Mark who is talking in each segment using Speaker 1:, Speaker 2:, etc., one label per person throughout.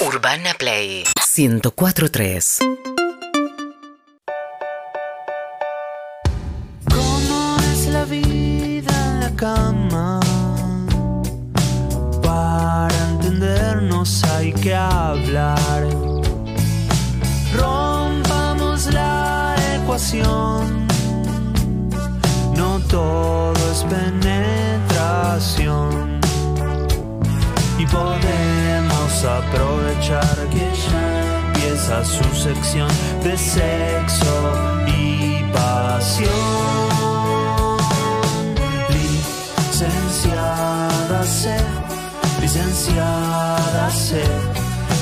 Speaker 1: Urbana Play 1043.
Speaker 2: ¿Cómo es la vida en la cama? Para entendernos hay que hablar. Rompamos la ecuación. No todo es penetración. Y podemos aprovechar que ya empieza su sección de sexo y pasión. Licenciada C, licenciada C,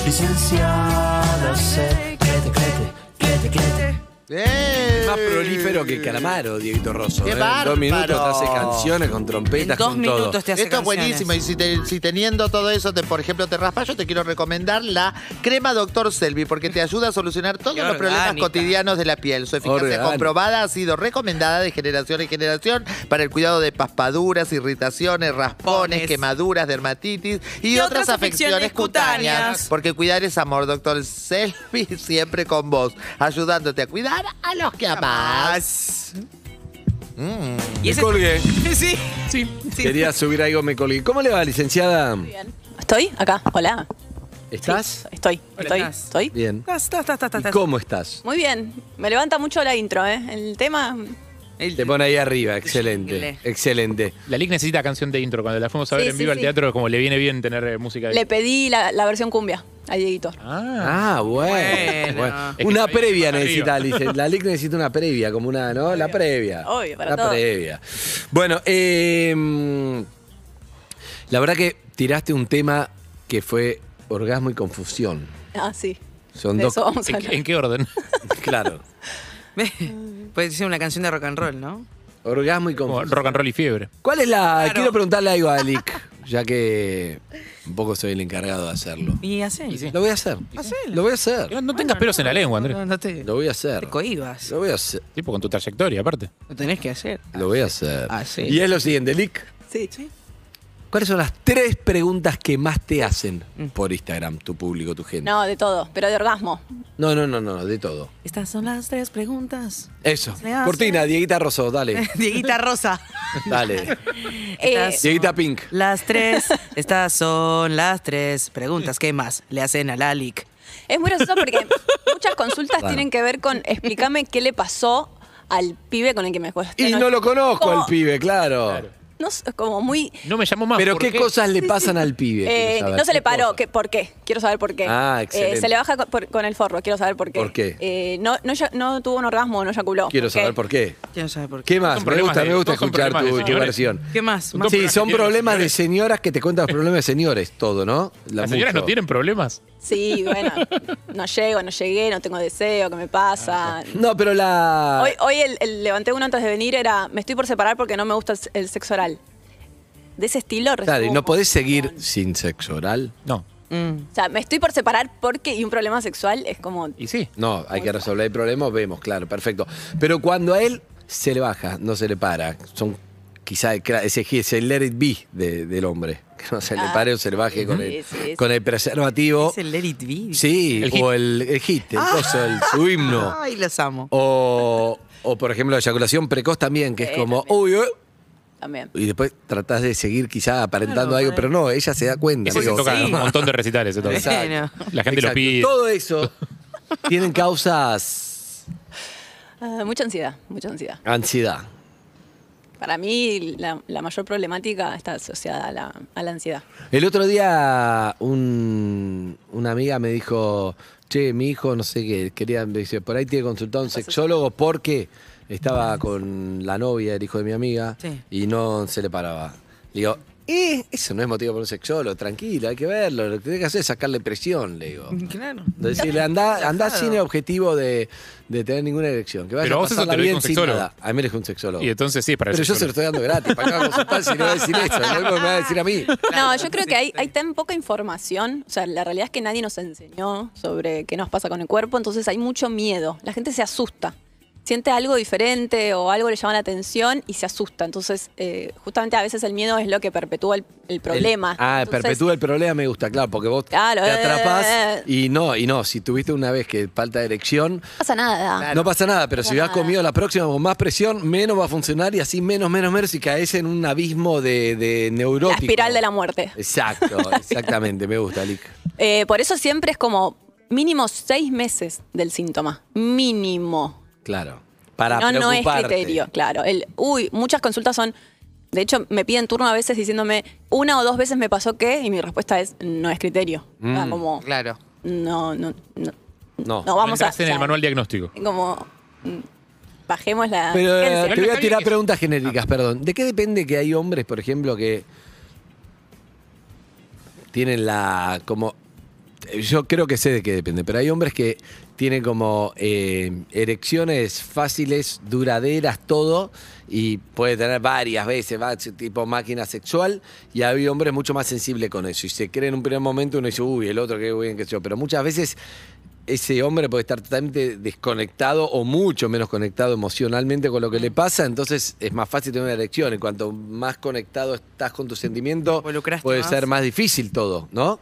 Speaker 2: licenciada C, clete, clete, clete, clete.
Speaker 3: ¡Eh!
Speaker 4: Más prolífero que Calamaro, Dieguito Rosso.
Speaker 3: ¡Qué
Speaker 4: ¿eh?
Speaker 3: bárbaro!
Speaker 4: Dos minutos te hace canciones con
Speaker 5: En
Speaker 4: trompetas,
Speaker 5: dos
Speaker 4: con todo.
Speaker 5: minutos te hace
Speaker 3: Esto es
Speaker 5: canciones.
Speaker 3: buenísimo. Y si, te- si teniendo todo eso, te- por ejemplo, te raspas, yo te quiero recomendar la crema Doctor Selvi, porque te ayuda a solucionar todos
Speaker 5: Qué
Speaker 3: los problemas
Speaker 5: orgánica.
Speaker 3: cotidianos de la piel. Su eficacia
Speaker 4: Orgánica.
Speaker 3: comprobada ha sido recomendada de generación en generación para el cuidado de paspaduras, irritaciones, raspones,
Speaker 5: Pones.
Speaker 3: quemaduras, dermatitis y,
Speaker 5: Y
Speaker 3: otras,
Speaker 5: otras
Speaker 3: afecciones,
Speaker 5: afecciones
Speaker 3: cutáneas.
Speaker 5: cutáneas.
Speaker 3: Porque cuidar es amor, Doctor Selvi, siempre con vos, ayudándote a cuidar a los que amás.
Speaker 5: Y
Speaker 4: Me
Speaker 5: ese-
Speaker 4: colgué.
Speaker 5: Sí, sí, sí.
Speaker 4: Quería subir algo, me colgué. ¿Cómo le va, licenciada?
Speaker 6: ¿Estoy? Acá. Hola.
Speaker 4: ¿Estás?
Speaker 6: Estoy.
Speaker 5: Hola,
Speaker 6: estoy.
Speaker 5: estás.
Speaker 6: Estoy.
Speaker 4: Bien.
Speaker 5: Estás, estás, estás, estás,
Speaker 4: ¿Y
Speaker 5: estás.
Speaker 4: cómo estás?
Speaker 6: Muy bien. Me levanta mucho la intro, ¿eh? El tema.
Speaker 5: El-
Speaker 4: Te pone ahí arriba, excelente.
Speaker 5: Jingle.
Speaker 4: Excelente.
Speaker 7: La LIC necesita canción de intro. Cuando la fuimos a ver
Speaker 6: Sí,
Speaker 7: en
Speaker 6: sí,
Speaker 7: vivo al
Speaker 6: sí.
Speaker 7: teatro, como le viene bien tener eh, música de.
Speaker 6: Le pedí la, la versión cumbia a Dieguito.
Speaker 7: Ah,
Speaker 4: Ah, bueno.
Speaker 5: Bueno.
Speaker 4: bueno.
Speaker 5: Es que
Speaker 4: Una
Speaker 7: está ahí,
Speaker 4: previa
Speaker 7: está
Speaker 4: necesita,
Speaker 7: arriba.
Speaker 4: lic- la LIC necesita una previa, como una, ¿no? La previa.
Speaker 6: Obvio, para
Speaker 4: La
Speaker 6: todo.
Speaker 4: previa. Bueno, eh, la verdad que tiraste un tema que fue orgasmo y confusión.
Speaker 6: Ah, sí.
Speaker 4: Son
Speaker 6: De
Speaker 4: dos.
Speaker 6: eso vamos a
Speaker 7: ¿en,
Speaker 6: hablar.
Speaker 7: en qué orden?
Speaker 4: Claro.
Speaker 5: Puede ser una canción de rock and roll, ¿no?
Speaker 4: Orgasmo y
Speaker 7: Como
Speaker 4: confusión.
Speaker 7: rock and roll y fiebre.
Speaker 4: ¿Cuál es la.?
Speaker 5: Claro.
Speaker 4: Quiero preguntarle algo a Lick, ya que un poco soy el encargado de hacerlo.
Speaker 5: Y hacen.
Speaker 7: Y sí.
Speaker 4: Lo voy a hacer.
Speaker 5: Hacelo.
Speaker 4: Lo voy a hacer.
Speaker 6: Ah,
Speaker 7: No, no tengas pelos en la lengua, Andrés.
Speaker 5: No, no te,
Speaker 4: Lo voy a hacer.
Speaker 5: te cohibas.
Speaker 4: Lo voy a hacer.
Speaker 7: Tipo con tu trayectoria, aparte.
Speaker 5: Lo tenés que hacer.
Speaker 4: Lo voy a hacer.
Speaker 5: Ah, sí.
Speaker 4: Y es lo siguiente, Lick.
Speaker 6: Sí.
Speaker 4: ¿Cuáles son las tres preguntas que más te hacen por Instagram, tu público, tu gente?
Speaker 6: No, de todo, pero de orgasmo.
Speaker 4: no, no, no, no, de todo.
Speaker 5: Estas son las tres preguntas.
Speaker 4: Eso.
Speaker 5: Se hace.
Speaker 4: Cortina, Dieguita Rosso, dale.
Speaker 5: Dieguita Rosa.
Speaker 4: Dale.
Speaker 6: Eh,
Speaker 5: Estás-
Speaker 4: Dieguita Pink.
Speaker 5: Las tres. Estas son las tres preguntas. ¿Qué más le hacen a la LIC?
Speaker 6: es muy gracioso porque muchas consultas
Speaker 4: Claro.
Speaker 6: tienen que ver con explícame qué le pasó al pibe con el que me acosté.
Speaker 4: Y no lo conozco
Speaker 6: Como-
Speaker 4: al pibe, claro.
Speaker 6: No sé, como muy.
Speaker 7: No me llamó más.
Speaker 4: Pero
Speaker 7: ¿por
Speaker 4: qué, cosas le pasan al pibe.
Speaker 6: eh,
Speaker 4: Quiero saber,
Speaker 6: no se le
Speaker 4: ¿qué
Speaker 6: paró,
Speaker 4: cosas?
Speaker 6: que, ¿por qué? Quiero saber por qué.
Speaker 4: Ah,
Speaker 6: Eh,
Speaker 4: excelente.
Speaker 6: se le baja con, por- con el forro, quiero saber por qué.
Speaker 4: ¿Por qué?
Speaker 6: Eh, no, no, ya- no tuvo un orgasmo, no eyaculó.
Speaker 4: Quiero saber por qué.
Speaker 5: Ya no sabe por qué.
Speaker 4: ¿Qué más?
Speaker 7: Son
Speaker 4: Me
Speaker 7: problemas
Speaker 4: gusta,
Speaker 7: de-
Speaker 4: me gusta
Speaker 7: todos son
Speaker 4: escuchar
Speaker 7: problemas
Speaker 4: tu,
Speaker 7: de
Speaker 4: tu
Speaker 7: señores.
Speaker 4: versión.
Speaker 5: ¿Qué más?
Speaker 7: Son
Speaker 5: Más
Speaker 4: Sí,
Speaker 7: problemas
Speaker 4: son
Speaker 7: que tienen los
Speaker 4: problemas de
Speaker 7: señores.
Speaker 4: señoras que te cuentan los problemas de señores, todo, ¿no? La
Speaker 7: ¿Las señoras
Speaker 4: mucho.
Speaker 7: no tienen problemas?
Speaker 6: Sí, bueno, no llego, no llegué, no tengo deseo, ¿qué me pasa?
Speaker 4: No, pero la.
Speaker 6: Hoy, hoy el, el levanté uno antes de venir era, me estoy por separar porque no me gusta el, el sexo oral. De ese estilo recibo
Speaker 4: Claro, y
Speaker 6: un
Speaker 4: no podés
Speaker 6: montón.
Speaker 4: seguir sin sexo oral.
Speaker 7: No.
Speaker 5: Mm.
Speaker 6: O sea, me estoy por separar porque y un problema sexual es como...
Speaker 7: Y sí.
Speaker 4: No, hay que resolver el problema, vemos, claro, perfecto. Pero cuando a él se le baja, no se le para, son quizá el cra- ese, ese let it be de- del hombre, que no se le
Speaker 6: Ah.
Speaker 4: pare o se le baje con, el,
Speaker 6: Sí, sí, sí.
Speaker 4: con el preservativo.
Speaker 5: Es el Let It Be.
Speaker 4: Sí,
Speaker 7: El hit.
Speaker 4: o el, el hit,
Speaker 6: Ah.
Speaker 4: el coso, el- su himno.
Speaker 5: Ay, los amo.
Speaker 4: O, o, por ejemplo, la eyaculación precoz también, que es
Speaker 6: Sí,
Speaker 4: como,
Speaker 6: también.
Speaker 4: uy, uy,
Speaker 6: También.
Speaker 4: y después tratás de seguir quizá aparentando
Speaker 5: Claro,
Speaker 4: algo,
Speaker 5: claro.
Speaker 4: pero no, ella se da cuenta.
Speaker 7: Ese se
Speaker 4: digo,
Speaker 7: toca
Speaker 5: sí.
Speaker 7: un montón de recitales. se toca.
Speaker 4: Exacto.
Speaker 5: Bueno.
Speaker 7: La gente lo
Speaker 4: Exacto.
Speaker 7: pide.
Speaker 4: Todo eso tienen causas
Speaker 6: Ah, mucha ansiedad, mucha ansiedad.
Speaker 4: ansiedad.
Speaker 6: Para mí la, la mayor problemática está asociada a la, a la ansiedad.
Speaker 4: El otro día un- una amiga me dijo, che, mi hijo, no sé qué, quería, me dice, por ahí tiene consultado a un sexólogo porque estaba con la novia, el hijo de mi amiga,
Speaker 5: Sí.
Speaker 4: y no se le paraba. Le digo, eh, eso no es motivo para un sexólogo, tranquilo, hay que verlo, lo que tenés que hacer es sacarle presión, le digo.
Speaker 5: Claro.
Speaker 4: Decirle, andá, andá sin el objetivo de, de tener ninguna erección, que vaya
Speaker 7: Pero
Speaker 4: a
Speaker 7: vos eso
Speaker 4: pasarla
Speaker 7: te lo dijo
Speaker 4: bien
Speaker 7: un
Speaker 4: sin
Speaker 7: sexólogo.
Speaker 4: nada. A mí me dijo un sexólogo.
Speaker 7: Y entonces sí, para el
Speaker 4: Pero yo se lo
Speaker 7: sexólogo.
Speaker 4: estoy dando gratis, ¿para qué va a consultar si no va a decir eso? Lo mismo me va a decir a mí.
Speaker 6: No, yo creo que hay, hay tan poca información, o sea, la realidad es que nadie nos enseñó sobre qué nos pasa con el cuerpo, entonces hay mucho miedo, la gente se asusta. siente algo diferente o algo le llama la atención y se asusta. Entonces, eh, justamente a veces el miedo es lo que perpetúa el, el problema.
Speaker 4: ah,
Speaker 6: Entonces,
Speaker 4: perpetúa el problema me gusta, claro, porque vos
Speaker 6: Claro,
Speaker 4: te
Speaker 6: eh,
Speaker 4: atrapás
Speaker 6: eh,
Speaker 4: y no, y no, si tuviste una vez que falta de erección,
Speaker 6: No pasa nada.
Speaker 4: no pasa nada, pero
Speaker 6: pasa
Speaker 4: si vas
Speaker 6: nada.
Speaker 4: comido la próxima con más presión, menos va a funcionar y así menos, menos, menos y caes en un abismo de, de
Speaker 6: La
Speaker 4: neurótico.
Speaker 6: espiral de la muerte.
Speaker 4: Exacto, exactamente, me gusta, Lick.
Speaker 6: Eh, por eso siempre es como mínimo seis meses del síntoma. Mínimo.
Speaker 4: Claro. Para
Speaker 6: no, no es
Speaker 4: preocuparte.
Speaker 6: criterio, claro. El, uy, muchas consultas son. De hecho, me piden turno a veces diciéndome una o dos veces me pasó que, y mi respuesta es no es criterio. O
Speaker 4: Mm.
Speaker 6: sea, como,
Speaker 3: Claro.
Speaker 6: no, no, no,
Speaker 4: No.
Speaker 6: no vamos a.
Speaker 7: Entraste en
Speaker 6: o
Speaker 7: el
Speaker 6: sea,
Speaker 7: manual diagnóstico.
Speaker 6: Como, mm, bajemos la.
Speaker 4: Pero eh,
Speaker 6: fíjense.
Speaker 4: te voy
Speaker 7: Está
Speaker 4: a
Speaker 7: bien
Speaker 4: tirar
Speaker 7: que-
Speaker 4: preguntas genéricas, perdón. ¿De qué depende que hay hombres, por ejemplo, que tienen la como yo creo que sé de qué depende, pero hay hombres que tienen como eh, erecciones fáciles, duraderas, todo, y puede tener varias veces, va, ese tipo máquina sexual, y hay hombres mucho más sensibles con eso. Y se cree en un primer momento, uno dice, uy, el otro qué bien que yo, pero muchas veces ese hombre puede estar totalmente desconectado o mucho menos conectado emocionalmente con lo que le pasa, entonces es más fácil tener una erección. Y cuanto más conectado estás con tu sentimiento,
Speaker 5: Involucraste
Speaker 4: puede
Speaker 5: más.
Speaker 4: ser más difícil todo, ¿no?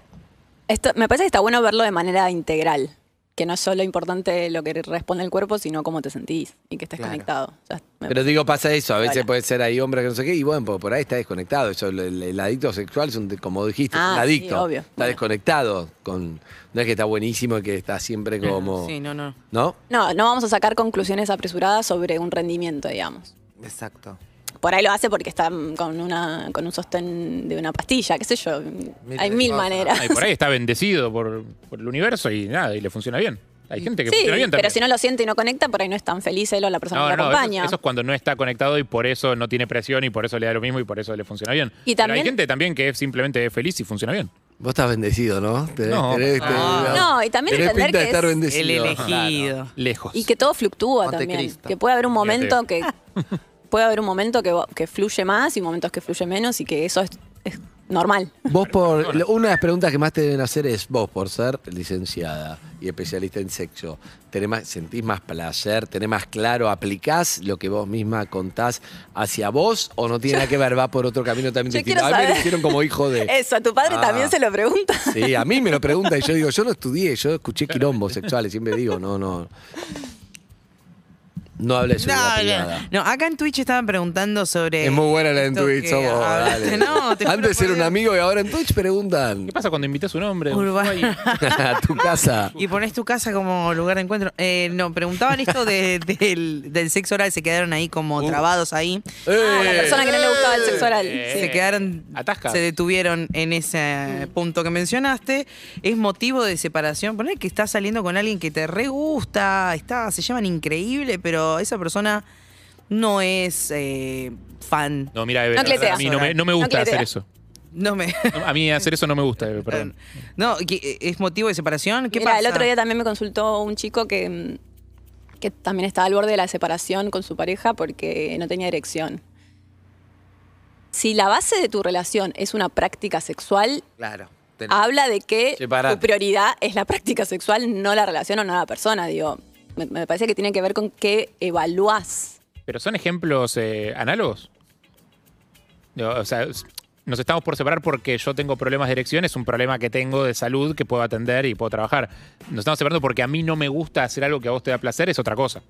Speaker 6: Esto- me parece que está bueno verlo de manera integral. Que no es solo importante lo que responde el cuerpo, sino cómo te sentís y que estés conectado. O sea, me-
Speaker 4: Pero digo, pasa eso, a veces
Speaker 6: Hola.
Speaker 4: puede ser ahí hombre que no sé qué, y bueno, pues por, por ahí está desconectado. Eso, el, el- el adicto sexual es un de- como dijiste, es
Speaker 6: Ah,
Speaker 4: un
Speaker 6: sí,
Speaker 4: adicto.
Speaker 6: obvio.
Speaker 4: Está
Speaker 6: Bueno.
Speaker 4: desconectado. Con, no es que está buenísimo y que está siempre como.
Speaker 5: Sí, no, no.
Speaker 4: ¿No?
Speaker 6: no, no vamos a sacar conclusiones apresuradas sobre un rendimiento, digamos.
Speaker 3: Exacto.
Speaker 6: Por ahí lo hace porque está mm, con, una, con un sostén de una pastilla, qué sé yo. Hay mil
Speaker 3: cosas.
Speaker 6: maneras.
Speaker 7: Ah, y por ahí está bendecido por, por el universo y nada, y le funciona bien. Hay gente que
Speaker 6: Sí,
Speaker 7: funciona bien también.
Speaker 6: pero si no lo siente y no conecta, por ahí no es tan feliz él o la persona
Speaker 7: No,
Speaker 6: que lo
Speaker 7: no, eso,
Speaker 6: acompaña.
Speaker 7: eso es cuando no está conectado y por eso no tiene presión y por eso le da lo mismo y por eso le funciona bien.
Speaker 6: Y
Speaker 7: Pero hay
Speaker 6: también-
Speaker 7: gente también que es simplemente feliz y funciona bien.
Speaker 4: Vos estás bendecido, ¿no? Tenés-
Speaker 7: No.
Speaker 4: tenés- tenés-
Speaker 6: No, y también
Speaker 4: tenés
Speaker 6: entender
Speaker 4: pinta de
Speaker 6: que
Speaker 4: estar
Speaker 6: es-
Speaker 4: bendecido.
Speaker 5: El elegido.
Speaker 7: Lejos.
Speaker 6: Y que todo fluctúa también.
Speaker 3: Montecristo.
Speaker 6: Que puede haber un
Speaker 7: Fíjate.
Speaker 6: momento que. puede haber un momento que, que fluye más y momentos que fluye menos y que eso es, es normal.
Speaker 4: Vos por lo- una de las preguntas que más te deben hacer es vos por ser licenciada y especialista en sexo, tenés más, sentís más placer, tenés más claro, aplicás lo que vos misma contás hacia vos o no tiene nada que ver, va por otro camino también
Speaker 6: Yo
Speaker 4: distinto. A
Speaker 6: quiero
Speaker 4: mí me lo
Speaker 6: saber-
Speaker 4: hicieron como hijo de
Speaker 6: Eso, a tu padre
Speaker 4: Ah.
Speaker 6: también se lo pregunta.
Speaker 4: Sí, a mí me lo pregunta y yo digo, yo no estudié, yo escuché quilombos sexuales, siempre digo, no, no. No hables de seguridad privada.
Speaker 5: No, acá en Twitch estaban preguntando sobre.
Speaker 4: Es muy buena la en
Speaker 5: esto
Speaker 4: Twitch,
Speaker 5: que
Speaker 4: somos,
Speaker 5: hablaste.
Speaker 4: dale.
Speaker 5: No, te juro
Speaker 4: Antes
Speaker 5: por
Speaker 4: era un
Speaker 5: Dios.
Speaker 4: amigo y ahora en Twitch preguntan
Speaker 7: ¿Qué pasa cuando invitas a un hombre?
Speaker 5: Urbano.
Speaker 4: a tu casa.
Speaker 5: Y pones tu casa como lugar de encuentro. Eh, no, preguntaban esto de- del, del sexo oral, se quedaron ahí como
Speaker 4: Uh.
Speaker 5: trabados ahí.
Speaker 6: A Ah, la persona que no le gustaba el sexo oral.
Speaker 7: Eh.
Speaker 5: Se quedaron,
Speaker 7: Atasca.
Speaker 5: se detuvieron en
Speaker 4: Uh.
Speaker 5: ese punto que mencionaste. Es motivo de separación. Poner que estás saliendo con alguien que te re gusta, está, se llevan increíble, pero esa persona no es eh, fan.
Speaker 7: No, mira, Eve,
Speaker 6: No
Speaker 7: la verdad,
Speaker 6: cletea.
Speaker 7: a mí no me, no me gusta
Speaker 6: No
Speaker 7: hacer
Speaker 6: cletea.
Speaker 7: eso.
Speaker 5: No me.
Speaker 7: No, A mí hacer eso no me gusta, Eve, perdón.
Speaker 5: No, que, eh, es motivo de separación. ¿Qué
Speaker 6: Mira,
Speaker 5: pasa?
Speaker 6: el otro día también me consultó un chico que, mm, que también estaba al borde de la separación con su pareja porque no tenía erección. Si la base de tu relación es una práctica sexual,
Speaker 3: Claro. Ten-
Speaker 6: habla de que
Speaker 4: Separate.
Speaker 6: tu prioridad es la práctica sexual, no la relación o no la persona. Digo, me, me parece que tiene que ver con qué evaluás.
Speaker 7: Pero son ejemplos eh, análogos. Digo, o sea, s- nos estamos por separar porque yo tengo problemas de erección, es un problema que tengo de salud que puedo atender y puedo trabajar. Nos estamos separando porque a mí no me gusta hacer algo que a vos te da placer, es otra cosa.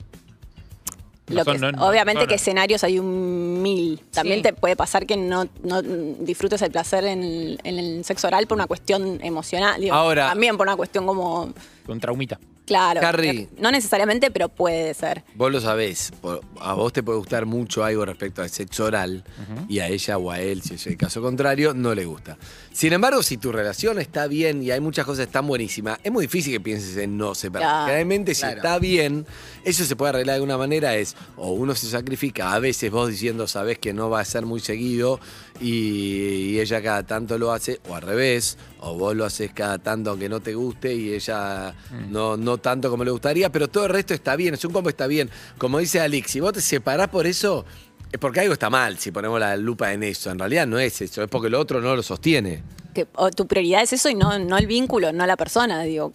Speaker 6: Lo
Speaker 7: Razón,
Speaker 6: que-
Speaker 7: no- no,
Speaker 6: obviamente
Speaker 7: razón,
Speaker 6: que
Speaker 7: no.
Speaker 6: escenarios hay un mil. También
Speaker 5: Sí.
Speaker 6: te puede pasar que no, no disfrutes el placer en el, en el sexo oral por una cuestión emocional. Digo,
Speaker 4: Ahora-
Speaker 6: también por una cuestión como,
Speaker 7: Con traumita.
Speaker 6: claro. eh,
Speaker 4: Carrie.
Speaker 6: No necesariamente, pero puede ser.
Speaker 4: Vos lo sabés, por- a vos te puede gustar mucho algo respecto al sexo oral y a ella o a él, si es el caso contrario, no le gusta. Sin embargo, si tu relación está bien y hay muchas cosas tan buenísimas, es muy difícil que pienses en no separar.
Speaker 6: Claro.
Speaker 4: Generalmente, si
Speaker 3: Claro.
Speaker 4: está bien, eso se puede arreglar de alguna manera, es o uno se sacrifica, a veces vos diciendo sabés que no va a ser muy seguido y, y ella cada tanto lo hace, o al revés, o vos lo haces cada tanto aunque no te guste y ella no, no tanto como le gustaría, pero todo el resto está bien, es un combo está bien. Como dice Alix, si vos te separás por eso, es porque algo está mal si ponemos la lupa en eso. En realidad no es eso, es porque lo otro no lo sostiene.
Speaker 6: Que, o tu prioridad es eso y no, no el vínculo, no la persona. Digo,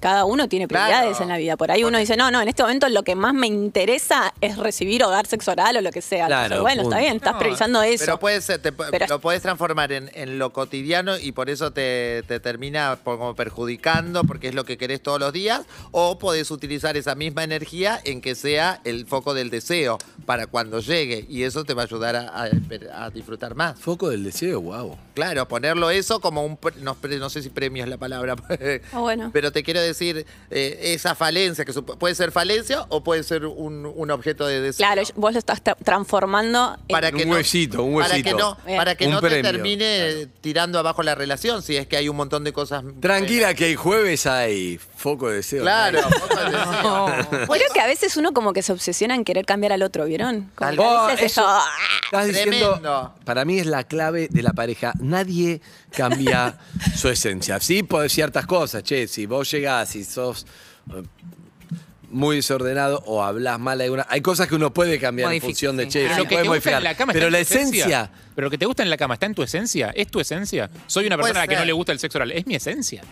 Speaker 6: Cada uno tiene prioridades
Speaker 3: Claro.
Speaker 6: en la vida. Por ahí uno dice, no, no, en este momento lo que más me interesa es recibir o dar sexo oral o lo que sea.
Speaker 4: Claro,
Speaker 6: Entonces, bueno,
Speaker 4: punto.
Speaker 6: está bien, estás
Speaker 7: No,
Speaker 6: priorizando eso.
Speaker 3: Pero puede ser, te-
Speaker 6: Pero-
Speaker 3: lo puedes transformar en, en lo cotidiano y por eso te, te termina por- como perjudicando porque es lo que querés todos los días. O podés utilizar esa misma energía en que sea el foco del deseo para cuando llegue y eso te va a ayudar a, a- a disfrutar más.
Speaker 4: Foco del deseo, wow.
Speaker 3: Claro, ponerlo eso como un. pre- No, pre- no sé si premio es la palabra.
Speaker 6: Ah, bueno.
Speaker 3: Pero te quiero decir, eh, esa falencia, que sup- puede ser falencia o puede ser un, un objeto de deseo.
Speaker 6: Claro, vos lo estás tra- transformando en
Speaker 3: Para
Speaker 8: Un
Speaker 3: que
Speaker 8: huesito, un
Speaker 3: Para que
Speaker 8: huesito.
Speaker 3: no,
Speaker 6: Bien.
Speaker 3: para que
Speaker 8: Un
Speaker 3: no te
Speaker 8: premio,
Speaker 3: termine tirando abajo la relación, si es que hay un montón de cosas.
Speaker 8: Tranquila que el jueves hay foco de
Speaker 3: Eh,
Speaker 8: deseo.
Speaker 3: claro. poco de deseo.
Speaker 6: Creo que a veces uno como que se obsesiona en querer cambiar al otro, ¿vieron? Como
Speaker 3: Tal
Speaker 6: que a
Speaker 4: vez.
Speaker 6: veces
Speaker 4: Oh,
Speaker 6: eso,
Speaker 4: eso-
Speaker 6: ¡ah!
Speaker 4: Estás
Speaker 3: Tremendo.
Speaker 4: diciendo, para mí es la clave de la pareja. Nadie cambia su esencia. Sí, por ciertas cosas, che, si vos llegás y sos eh, muy desordenado o hablás mal alguna, hay cosas que uno puede cambiar
Speaker 5: Modific-
Speaker 4: en función de
Speaker 5: sí.
Speaker 4: che,
Speaker 5: Pero
Speaker 4: se
Speaker 5: lo que
Speaker 4: puede
Speaker 7: te gusta
Speaker 4: modificar.
Speaker 7: en la cama está
Speaker 4: pero
Speaker 7: en
Speaker 4: la
Speaker 7: tu
Speaker 4: esencia,
Speaker 7: Pero lo que te gusta en la cama está en tu esencia. ¿Es tu esencia? Soy una
Speaker 3: Puede
Speaker 7: persona a la que
Speaker 3: ser.
Speaker 7: no le gusta el sexo oral. ¿Es mi esencia?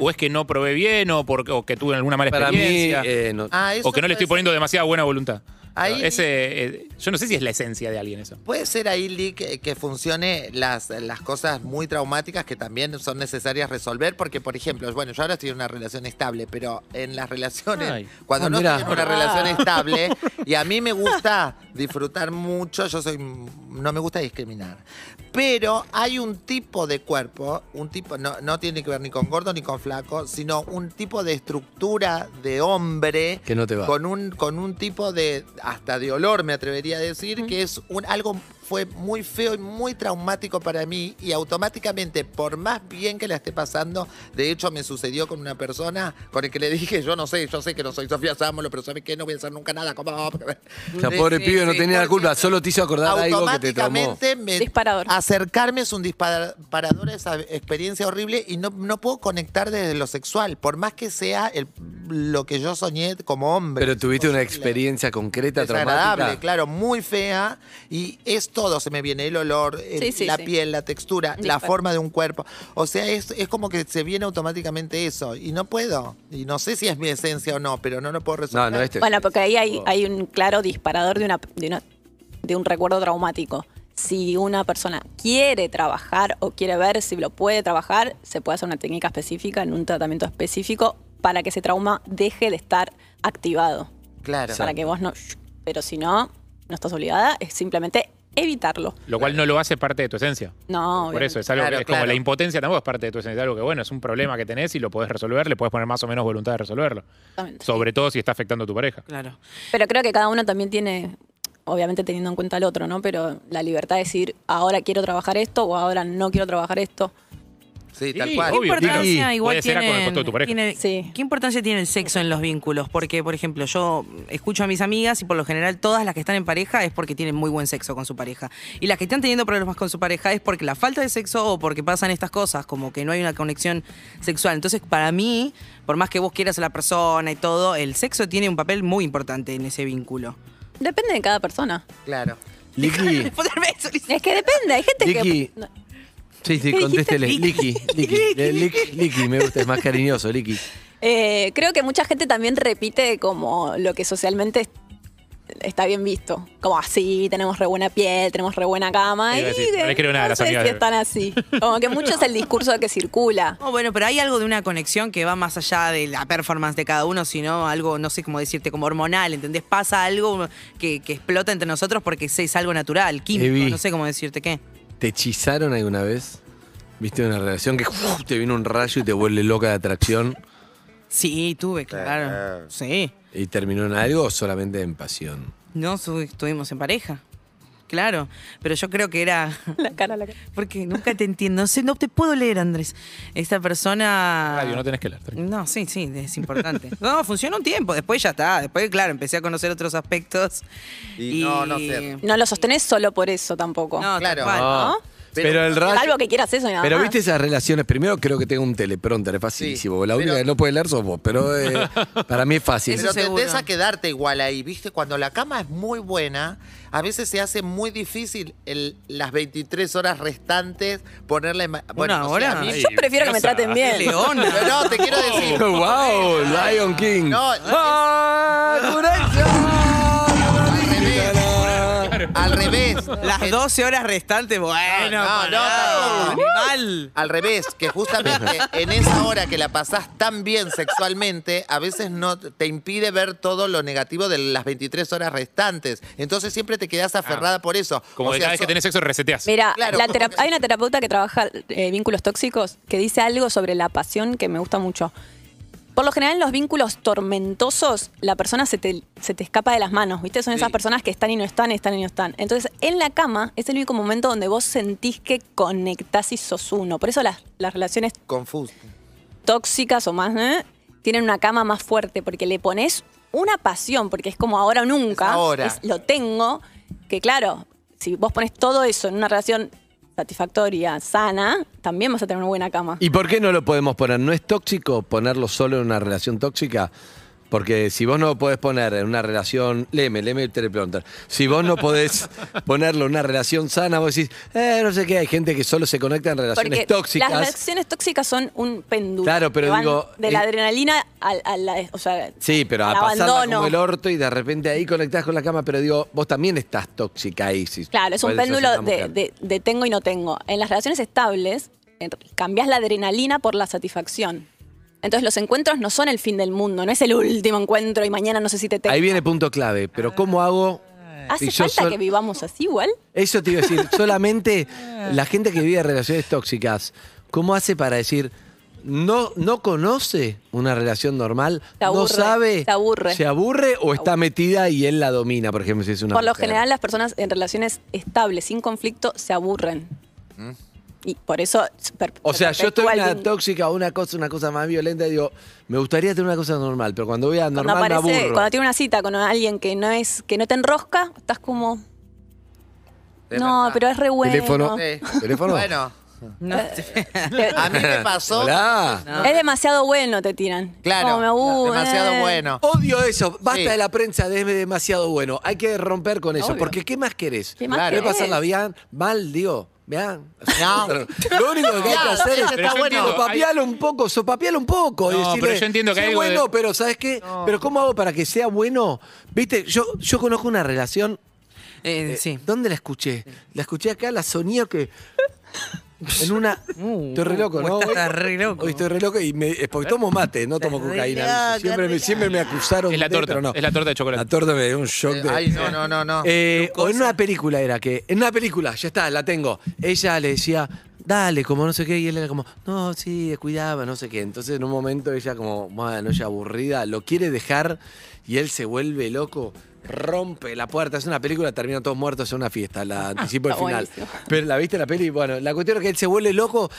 Speaker 7: ¿O es que no probé bien o, porque, o que tuve alguna mala
Speaker 4: Mm. para mí,
Speaker 7: experiencia?
Speaker 4: eh, no-
Speaker 3: Ah, eso
Speaker 7: o que no le
Speaker 3: puede
Speaker 7: estoy poniendo demasiada buena voluntad.
Speaker 3: Ahí-
Speaker 7: Ese, eh, yo no sé si es la esencia de alguien eso.
Speaker 3: ser- Puede ser ahí, Lee, que, que funcione las, las cosas muy traumáticas que también son necesarias resolver, porque, por ejemplo, bueno, yo ahora estoy en una relación estable, pero en las relaciones,
Speaker 7: Ay.
Speaker 3: cuando
Speaker 4: Ah,
Speaker 3: no
Speaker 4: mirá.
Speaker 3: estoy en una relación estable, y a mí me gusta disfrutar mucho, yo soy, no me gusta discriminar, pero hay un tipo de cuerpo, un tipo, no, no tiene que ver ni con gordo ni con flaco, sino un tipo de estructura de hombre
Speaker 4: Que no te va.
Speaker 3: con un, con un tipo de, hasta de olor me atrevería a decir, que es un, algo fue muy feo y muy traumático para mí y automáticamente, por más bien que la esté pasando, de hecho me sucedió con una persona con el que le dije, yo no sé, yo sé que no soy Sofía Sámolo, pero ¿sabes qué? No voy a hacer nunca nada. como
Speaker 4: o sea, pobre
Speaker 5: sí,
Speaker 4: pibe no
Speaker 5: sí,
Speaker 4: tenía la
Speaker 3: porque
Speaker 4: culpa, solo te hizo acordar algo que te traumó.
Speaker 3: automáticamente me-
Speaker 6: Disparador.
Speaker 3: acercarme es un disparador a esa experiencia horrible y no, no puedo conectar desde lo sexual, por más que sea el- lo que yo soñé como hombre.
Speaker 4: Pero tuviste una
Speaker 3: Posible.
Speaker 4: experiencia concreta,
Speaker 3: Desagradable,
Speaker 4: traumática.
Speaker 3: claro, muy fea. Y es todo, se me viene el olor, el-
Speaker 6: Sí, sí,
Speaker 3: la
Speaker 6: sí.
Speaker 3: piel, la textura, la
Speaker 6: Dispar-
Speaker 3: forma de un cuerpo. O sea, es, es como que se viene automáticamente eso. Y no puedo. Y no sé si es mi esencia o no, pero no lo puedo resolver.
Speaker 4: No, no, este.
Speaker 6: Bueno, porque ahí hay, hay un claro disparador de, una, de, una- de un recuerdo traumático. Si una persona quiere trabajar o quiere ver si lo puede trabajar, se puede hacer una técnica específica en un tratamiento específico para que ese trauma deje de estar activado.
Speaker 3: Claro.
Speaker 6: Para que vos no... Pero si no, no estás obligada, es simplemente evitarlo.
Speaker 7: Lo cual no lo hace parte de tu esencia.
Speaker 6: No,
Speaker 7: Por
Speaker 6: obviamente.
Speaker 7: eso, es algo
Speaker 3: Eh. Claro,
Speaker 7: es como
Speaker 3: claro.
Speaker 7: la impotencia tampoco es parte de tu esencia. Es algo que, bueno, es un problema que tenés y lo podés resolver, le podés poner más o menos voluntad de resolverlo.
Speaker 6: Exactamente.
Speaker 7: Sobre todo si está afectando a tu pareja.
Speaker 5: Claro.
Speaker 6: Pero creo que cada uno también tiene, obviamente teniendo en cuenta al otro, ¿no? Pero la libertad de decir, ahora quiero trabajar esto o ahora no quiero trabajar esto.
Speaker 3: Sí,
Speaker 7: Sí,
Speaker 3: tal cual.
Speaker 7: obvio.
Speaker 5: ¿Qué importancia
Speaker 7: Sí,
Speaker 5: igual
Speaker 7: puede ser a con el
Speaker 5: tienen-
Speaker 7: costo de tu pareja.
Speaker 5: tiene-
Speaker 6: Sí.
Speaker 5: ¿Qué importancia tiene el sexo en los vínculos? Porque, por ejemplo, yo escucho a mis amigas y por lo general todas las que están en pareja es porque tienen muy buen sexo con su pareja. Y las que están teniendo problemas con su pareja es porque la falta de sexo o porque pasan estas cosas, como que no hay una conexión sexual. Entonces, para mí, por más que vos quieras a la persona y todo, el sexo tiene un papel muy importante en ese vínculo.
Speaker 6: Depende de cada persona.
Speaker 3: Claro.
Speaker 4: Licky.
Speaker 5: Ponerme eso, Lizzy.
Speaker 6: Es que depende, hay gente
Speaker 4: Vicky.
Speaker 6: que... No,
Speaker 4: Sí, sí,
Speaker 6: ¿Qué dijiste?
Speaker 4: contéstele.
Speaker 5: Licky.
Speaker 4: Licky, Licky, eh, Licky, Licky, me gusta, es más cariñoso, Licky.
Speaker 6: Eh, creo que mucha gente también repite como lo que socialmente es- está bien visto. Como así, tenemos re buena piel, tenemos re buena cama.
Speaker 7: Iba
Speaker 6: Y
Speaker 7: a decir, no le creo nada a
Speaker 6: no
Speaker 7: las
Speaker 6: sé
Speaker 7: amigas
Speaker 6: si
Speaker 7: de-
Speaker 6: están así. Como que mucho es el discurso que circula.
Speaker 5: No, bueno, pero hay algo de una conexión que va más allá de la performance de cada uno, sino algo, no sé cómo decirte, como hormonal, ¿entendés? Pasa algo que, que explota entre nosotros porque es, es algo natural, químico,
Speaker 4: Evi.
Speaker 5: no sé cómo decirte qué.
Speaker 4: ¿Te hechizaron alguna vez? ¿Viste una relación que ¡uf! te viene un rayo y te vuelve loca de atracción
Speaker 5: Sí, tuve, claro. Sí.
Speaker 4: y terminó en algo o solamente en pasión?
Speaker 5: No, su- estuvimos en pareja. Claro, pero yo creo que era...
Speaker 6: La cara, la cara.
Speaker 5: Porque nunca te entiendo, no sé, no te puedo leer, Andrés. Esta persona...
Speaker 4: Ah,
Speaker 7: Radio, no tenés que leer. tranquilo.
Speaker 5: No, sí, sí, es importante. No, funciona un tiempo, después ya está. Después, claro, empecé a conocer otros aspectos.
Speaker 3: Y no, no sé.
Speaker 6: No lo sostenés solo por eso tampoco.
Speaker 5: No,
Speaker 3: Claro.
Speaker 5: claro.
Speaker 6: ¿No?
Speaker 4: Ah, Pero, el rayo.
Speaker 6: Salvo que quieras eso y nada
Speaker 4: Pero
Speaker 6: más.
Speaker 4: viste esas relaciones, primero creo que tengo un teleprompter, es facilísimo. la única
Speaker 3: pero-
Speaker 4: que no puede leer sos vos, pero eh, para mí es fácil.
Speaker 5: Eso
Speaker 3: Pero
Speaker 5: seguro.
Speaker 3: tendés a quedarte igual ahí, ¿viste? Cuando la cama es muy buena, a veces se hace muy difícil el- las 23 horas restantes ponerle... ma-
Speaker 5: ¿Una
Speaker 3: no sé, a
Speaker 5: hora?
Speaker 3: mí-
Speaker 6: Yo prefiero que me
Speaker 7: Diosa.
Speaker 6: traten bien.
Speaker 5: Leona.
Speaker 3: Pero no, te quiero decir...
Speaker 4: Oh, ¡Wow! Lion King.
Speaker 3: No, es-
Speaker 4: ¡Ah! ¡Conexión!
Speaker 3: Al revés. Al revés.
Speaker 5: Las
Speaker 3: El-
Speaker 5: 12 horas restantes, bueno,
Speaker 3: No, no,
Speaker 5: pará,
Speaker 3: tampoco.
Speaker 5: animal.
Speaker 3: Al revés, que justamente en esa hora que la pasás tan bien sexualmente, a veces no te impide ver todo lo negativo de las 23 horas restantes. Entonces siempre te quedás aferrada por eso.
Speaker 7: Ah. Como
Speaker 3: O
Speaker 7: que
Speaker 3: sea,
Speaker 7: cada vez que
Speaker 3: so-
Speaker 7: tenés sexo reseteas.
Speaker 6: Mira,
Speaker 3: Claro.
Speaker 6: la terap- hay una terapeuta que trabaja eh, vínculos tóxicos que dice algo sobre la pasión que me gusta mucho. Por lo general, en los vínculos tormentosos, la persona se te, se te escapa de las manos, ¿viste? Son esas personas que están y no están, están y no están. Entonces, en la cama es el único momento donde vos sentís que conectás y sos uno. Por eso las, las relaciones
Speaker 3: Confuso.
Speaker 6: tóxicas o más, ¿eh? tienen una cama más fuerte porque le pones una pasión, porque es como ahora o nunca.
Speaker 3: Es ahora.
Speaker 6: es lo tengo, que claro, si vos pones todo eso en una relación satisfactoria, sana, también vas a tener una buena cama.
Speaker 4: ¿Y por qué no lo podemos poner? ¿No es tóxico ponerlo solo en una relación tóxica? Porque si vos no lo podés poner en una relación, leme, leme el teleprompter. Si vos no podés ponerlo en una relación sana, vos decís, eh, no sé qué, hay gente que solo se conecta en relaciones
Speaker 6: Porque
Speaker 4: tóxicas.
Speaker 6: las relaciones tóxicas son un péndulo.
Speaker 4: Claro, pero
Speaker 6: que van
Speaker 4: digo,
Speaker 6: De la
Speaker 4: eh,
Speaker 6: adrenalina al, a la- o sea,
Speaker 4: Sí, pero a
Speaker 6: al
Speaker 4: pasarla
Speaker 6: abandono.
Speaker 4: como el orto y de repente ahí conectás con la cama, pero digo, vos también estás tóxica ahí. si-
Speaker 6: Claro, es un
Speaker 4: por eso
Speaker 6: péndulo
Speaker 4: sos una
Speaker 6: de,
Speaker 4: mujer.
Speaker 6: de- de tengo y no tengo. En las relaciones estables, en- cambiás la adrenalina por la satisfacción. Entonces los encuentros no son el fin del mundo, no es el último encuentro y mañana no sé si te tengo.
Speaker 4: Ahí viene punto clave, pero ¿cómo hago?
Speaker 6: ¿Hace
Speaker 4: y yo
Speaker 6: falta
Speaker 4: sol-
Speaker 6: que vivamos así igual?
Speaker 4: Eso te iba a decir, solamente la gente que vive relaciones tóxicas, ¿cómo hace para decir, no, no conoce una relación normal,
Speaker 6: Se aburre,
Speaker 4: no sabe,
Speaker 6: se aburre.
Speaker 4: se aburre o está
Speaker 6: aburre.
Speaker 4: metida y él la domina, por ejemplo, si es una
Speaker 6: por lo
Speaker 4: mujer?
Speaker 6: general las personas en relaciones estables, sin conflicto, se aburren. Y por eso... se per-
Speaker 4: Mm. O
Speaker 6: se
Speaker 4: sea, yo estoy
Speaker 6: perpetúa el
Speaker 4: una
Speaker 6: vínculo.
Speaker 4: tóxica, una cosa, una cosa más violenta, y digo, me gustaría tener una cosa normal, pero cuando voy a
Speaker 6: Cuando
Speaker 4: normal me
Speaker 6: aparece,
Speaker 4: aburro.
Speaker 6: cuando tiene una cita con alguien que no es, que no te enrosca, estás como,
Speaker 3: Es
Speaker 6: no,
Speaker 3: verdad.
Speaker 6: pero es re bueno.
Speaker 4: Teléfono.
Speaker 3: Sí.
Speaker 4: ¿Teléfono?
Speaker 3: Bueno,
Speaker 5: No,
Speaker 6: Te-
Speaker 3: a mí me pasó...
Speaker 4: Hola.
Speaker 6: Es demasiado bueno, te tiran.
Speaker 3: Ah. Claro,
Speaker 6: Como me aburre.
Speaker 3: demasiado bueno.
Speaker 4: Odio eso, basta
Speaker 3: Sí.
Speaker 4: de la prensa de es demasiado bueno, hay que romper con eso,
Speaker 6: Obvio.
Speaker 4: porque ¿qué más querés?
Speaker 6: ¿Qué más
Speaker 3: Claro.
Speaker 4: ¿Querés
Speaker 6: querés?
Speaker 4: pasarla bien? Mal, digo, vean.
Speaker 3: No.
Speaker 4: Lo único que hay que
Speaker 3: Ya,
Speaker 4: hacer es
Speaker 3: ese está
Speaker 7: Pero yo
Speaker 3: bueno.
Speaker 7: entiendo,
Speaker 4: sopapearlo un poco, sopapearlo un poco. y
Speaker 7: No,
Speaker 4: decirle,
Speaker 7: pero yo entiendo que
Speaker 4: "Sí,
Speaker 7: hay algo de-
Speaker 4: bueno, pero ¿sabes qué? Pero ¿cómo hago para que sea bueno? Viste, yo, yo conozco una relación.
Speaker 5: eh, sí.
Speaker 4: ¿Dónde la escuché? La escuché acá, la sonía que. En una.
Speaker 5: Uh,
Speaker 4: estoy re loco,
Speaker 5: uh,
Speaker 4: ¿no?
Speaker 5: estás
Speaker 4: Hoy-
Speaker 5: re loco.
Speaker 4: Hoy estoy re loco y me, es porque tomo mate, no tomo
Speaker 5: Estás re
Speaker 4: cocaína.
Speaker 5: loco,
Speaker 4: ¿viste? Siempre me,
Speaker 5: re
Speaker 4: siempre me acusaron.
Speaker 7: Es la
Speaker 4: de,
Speaker 7: torta,
Speaker 4: pero no.
Speaker 7: es la torta de chocolate. Eh,
Speaker 4: La torta me dio un shock de.
Speaker 3: Eh, Ay, no, no, no, no.
Speaker 4: Eh, o en una película era que. En una película, ya está, la tengo. Ella le decía, dale, como no sé qué, y él era como, no, sí, descuidaba, no sé qué. Entonces en un momento ella como, bueno, ella aburrida, lo quiere dejar y él se vuelve loco, rompe la puerta. Es una película, terminan todos muertos en una fiesta, la anticipo el
Speaker 6: está
Speaker 4: final.
Speaker 6: buenísimo.
Speaker 4: Pero la viste la peli, bueno, la cuestión es que él se vuelve loco.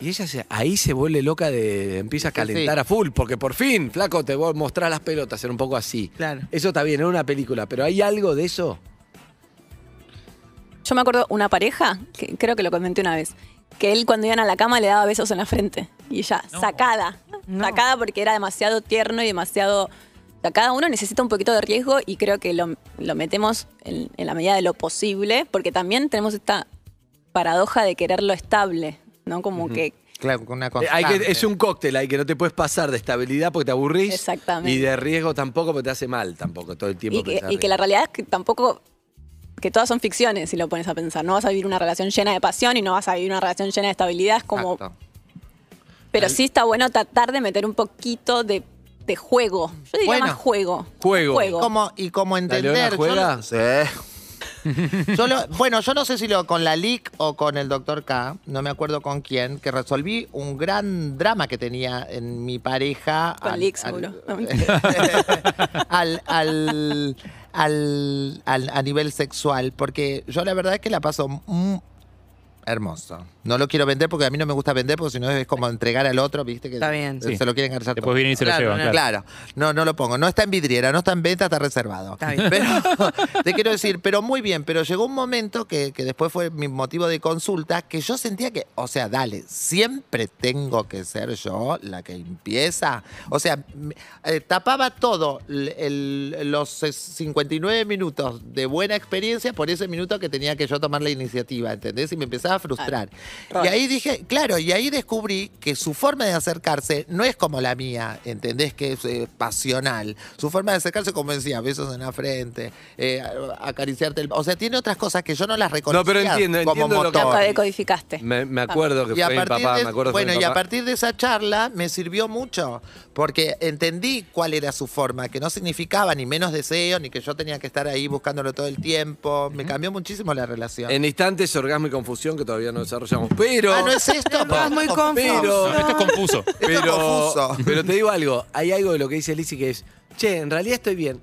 Speaker 4: Y ella se- ahí se vuelve loca de. empieza a calentar
Speaker 3: sí.
Speaker 4: a full, porque por fin, flaco, te voy a mostrar las pelotas, era un poco así.
Speaker 5: Claro.
Speaker 4: Eso está bien, era una película, pero ¿hay algo de eso?
Speaker 6: Yo me acuerdo una pareja, que creo que lo comenté una vez, que él cuando iban a la cama le daba besos en la frente. Y ella, sacada. Sacada porque era demasiado tierno y demasiado. o sea, Cada uno necesita un poquito de riesgo y creo que lo, lo metemos en, en la medida de lo posible, porque también tenemos esta paradoja de quererlo estable, ¿no? Como que
Speaker 3: Claro, con una
Speaker 4: Eh, hay que-
Speaker 3: constante.
Speaker 4: es un cóctel, hay que no te puedes pasar de estabilidad porque te aburrís.
Speaker 6: Exactamente.
Speaker 4: Y de riesgo tampoco porque te hace mal tampoco todo el tiempo.
Speaker 6: Y que,
Speaker 4: pensar
Speaker 6: y que la realidad es que tampoco. que todas son ficciones si lo pones a pensar. No vas a vivir una relación llena de pasión y no vas a vivir una relación llena de estabilidad. Es como.
Speaker 3: Exacto.
Speaker 6: Pero sí está bueno tratar de meter un poquito de, de juego. Yo diría
Speaker 3: Bueno.
Speaker 6: más juego.
Speaker 4: Juego.
Speaker 3: Y como, y como
Speaker 4: ¿La Leona
Speaker 3: entender.
Speaker 4: juega?
Speaker 3: yo no- yo lo- bueno, yo no sé si lo con la LIC o con el doctor K, no me acuerdo con quién, que resolví un gran drama que tenía en mi pareja.
Speaker 6: Con Lick, seguro. No, mentira.
Speaker 3: al, al- al- al- a nivel sexual, porque yo la verdad es que la paso mm, hermoso. No lo quiero vender porque a mí no me gusta vender porque si no es como entregar al otro, viste que
Speaker 5: Está bien.
Speaker 3: se
Speaker 7: Sí.
Speaker 3: lo quieren engarzar todo.
Speaker 7: Después vienen y se
Speaker 5: Claro,
Speaker 7: lo llevan,
Speaker 5: no,
Speaker 7: claro.
Speaker 3: Claro, no, no lo pongo. No está en vidriera, no está en venta, está reservado.
Speaker 5: Está bien.
Speaker 3: Pero te quiero decir, pero muy bien, pero llegó un momento que, que después fue mi motivo de consulta, que yo sentía que, o sea, dale, siempre tengo que ser yo la que empieza. O sea, m- eh, tapaba todo l- el- los eh, 59 minutos de buena experiencia por ese minuto que tenía que yo tomar la iniciativa, ¿entendés? Y me empezaba a frustrar.
Speaker 6: Claro.
Speaker 3: Y ahí dije, claro, y ahí descubrí que su forma de acercarse no es como la mía, ¿entendés? Que es eh, pasional. Su forma de acercarse, como decía, besos en la frente, eh, acariciarte el... O sea, tiene otras cosas que yo no las reconocía
Speaker 4: No, pero entiendo,
Speaker 3: como
Speaker 4: entiendo lo que-
Speaker 3: motor.
Speaker 6: Acá decodificaste.
Speaker 4: Me, me acuerdo que
Speaker 3: Y a
Speaker 4: fue mi
Speaker 3: partir
Speaker 4: papá,
Speaker 3: de-
Speaker 4: me acuerdo que fue
Speaker 3: bueno,
Speaker 4: mi
Speaker 3: y a
Speaker 4: papá.
Speaker 3: partir de esa charla me sirvió mucho, porque entendí cuál era su forma, que no significaba ni menos deseo, ni que yo tenía que estar ahí buscándolo todo el tiempo. Me cambió muchísimo la relación.
Speaker 4: En instantes, orgasmo y confusión que todavía no desarrollamos. Pero.
Speaker 3: Ah, no es esto.
Speaker 5: Estás muy
Speaker 3: No,
Speaker 5: confuso.
Speaker 7: No, esto es confuso.
Speaker 3: Esto es
Speaker 4: pero,
Speaker 3: confuso.
Speaker 4: pero te digo algo, hay algo de lo que dice Lizzy que es, che, en realidad estoy bien.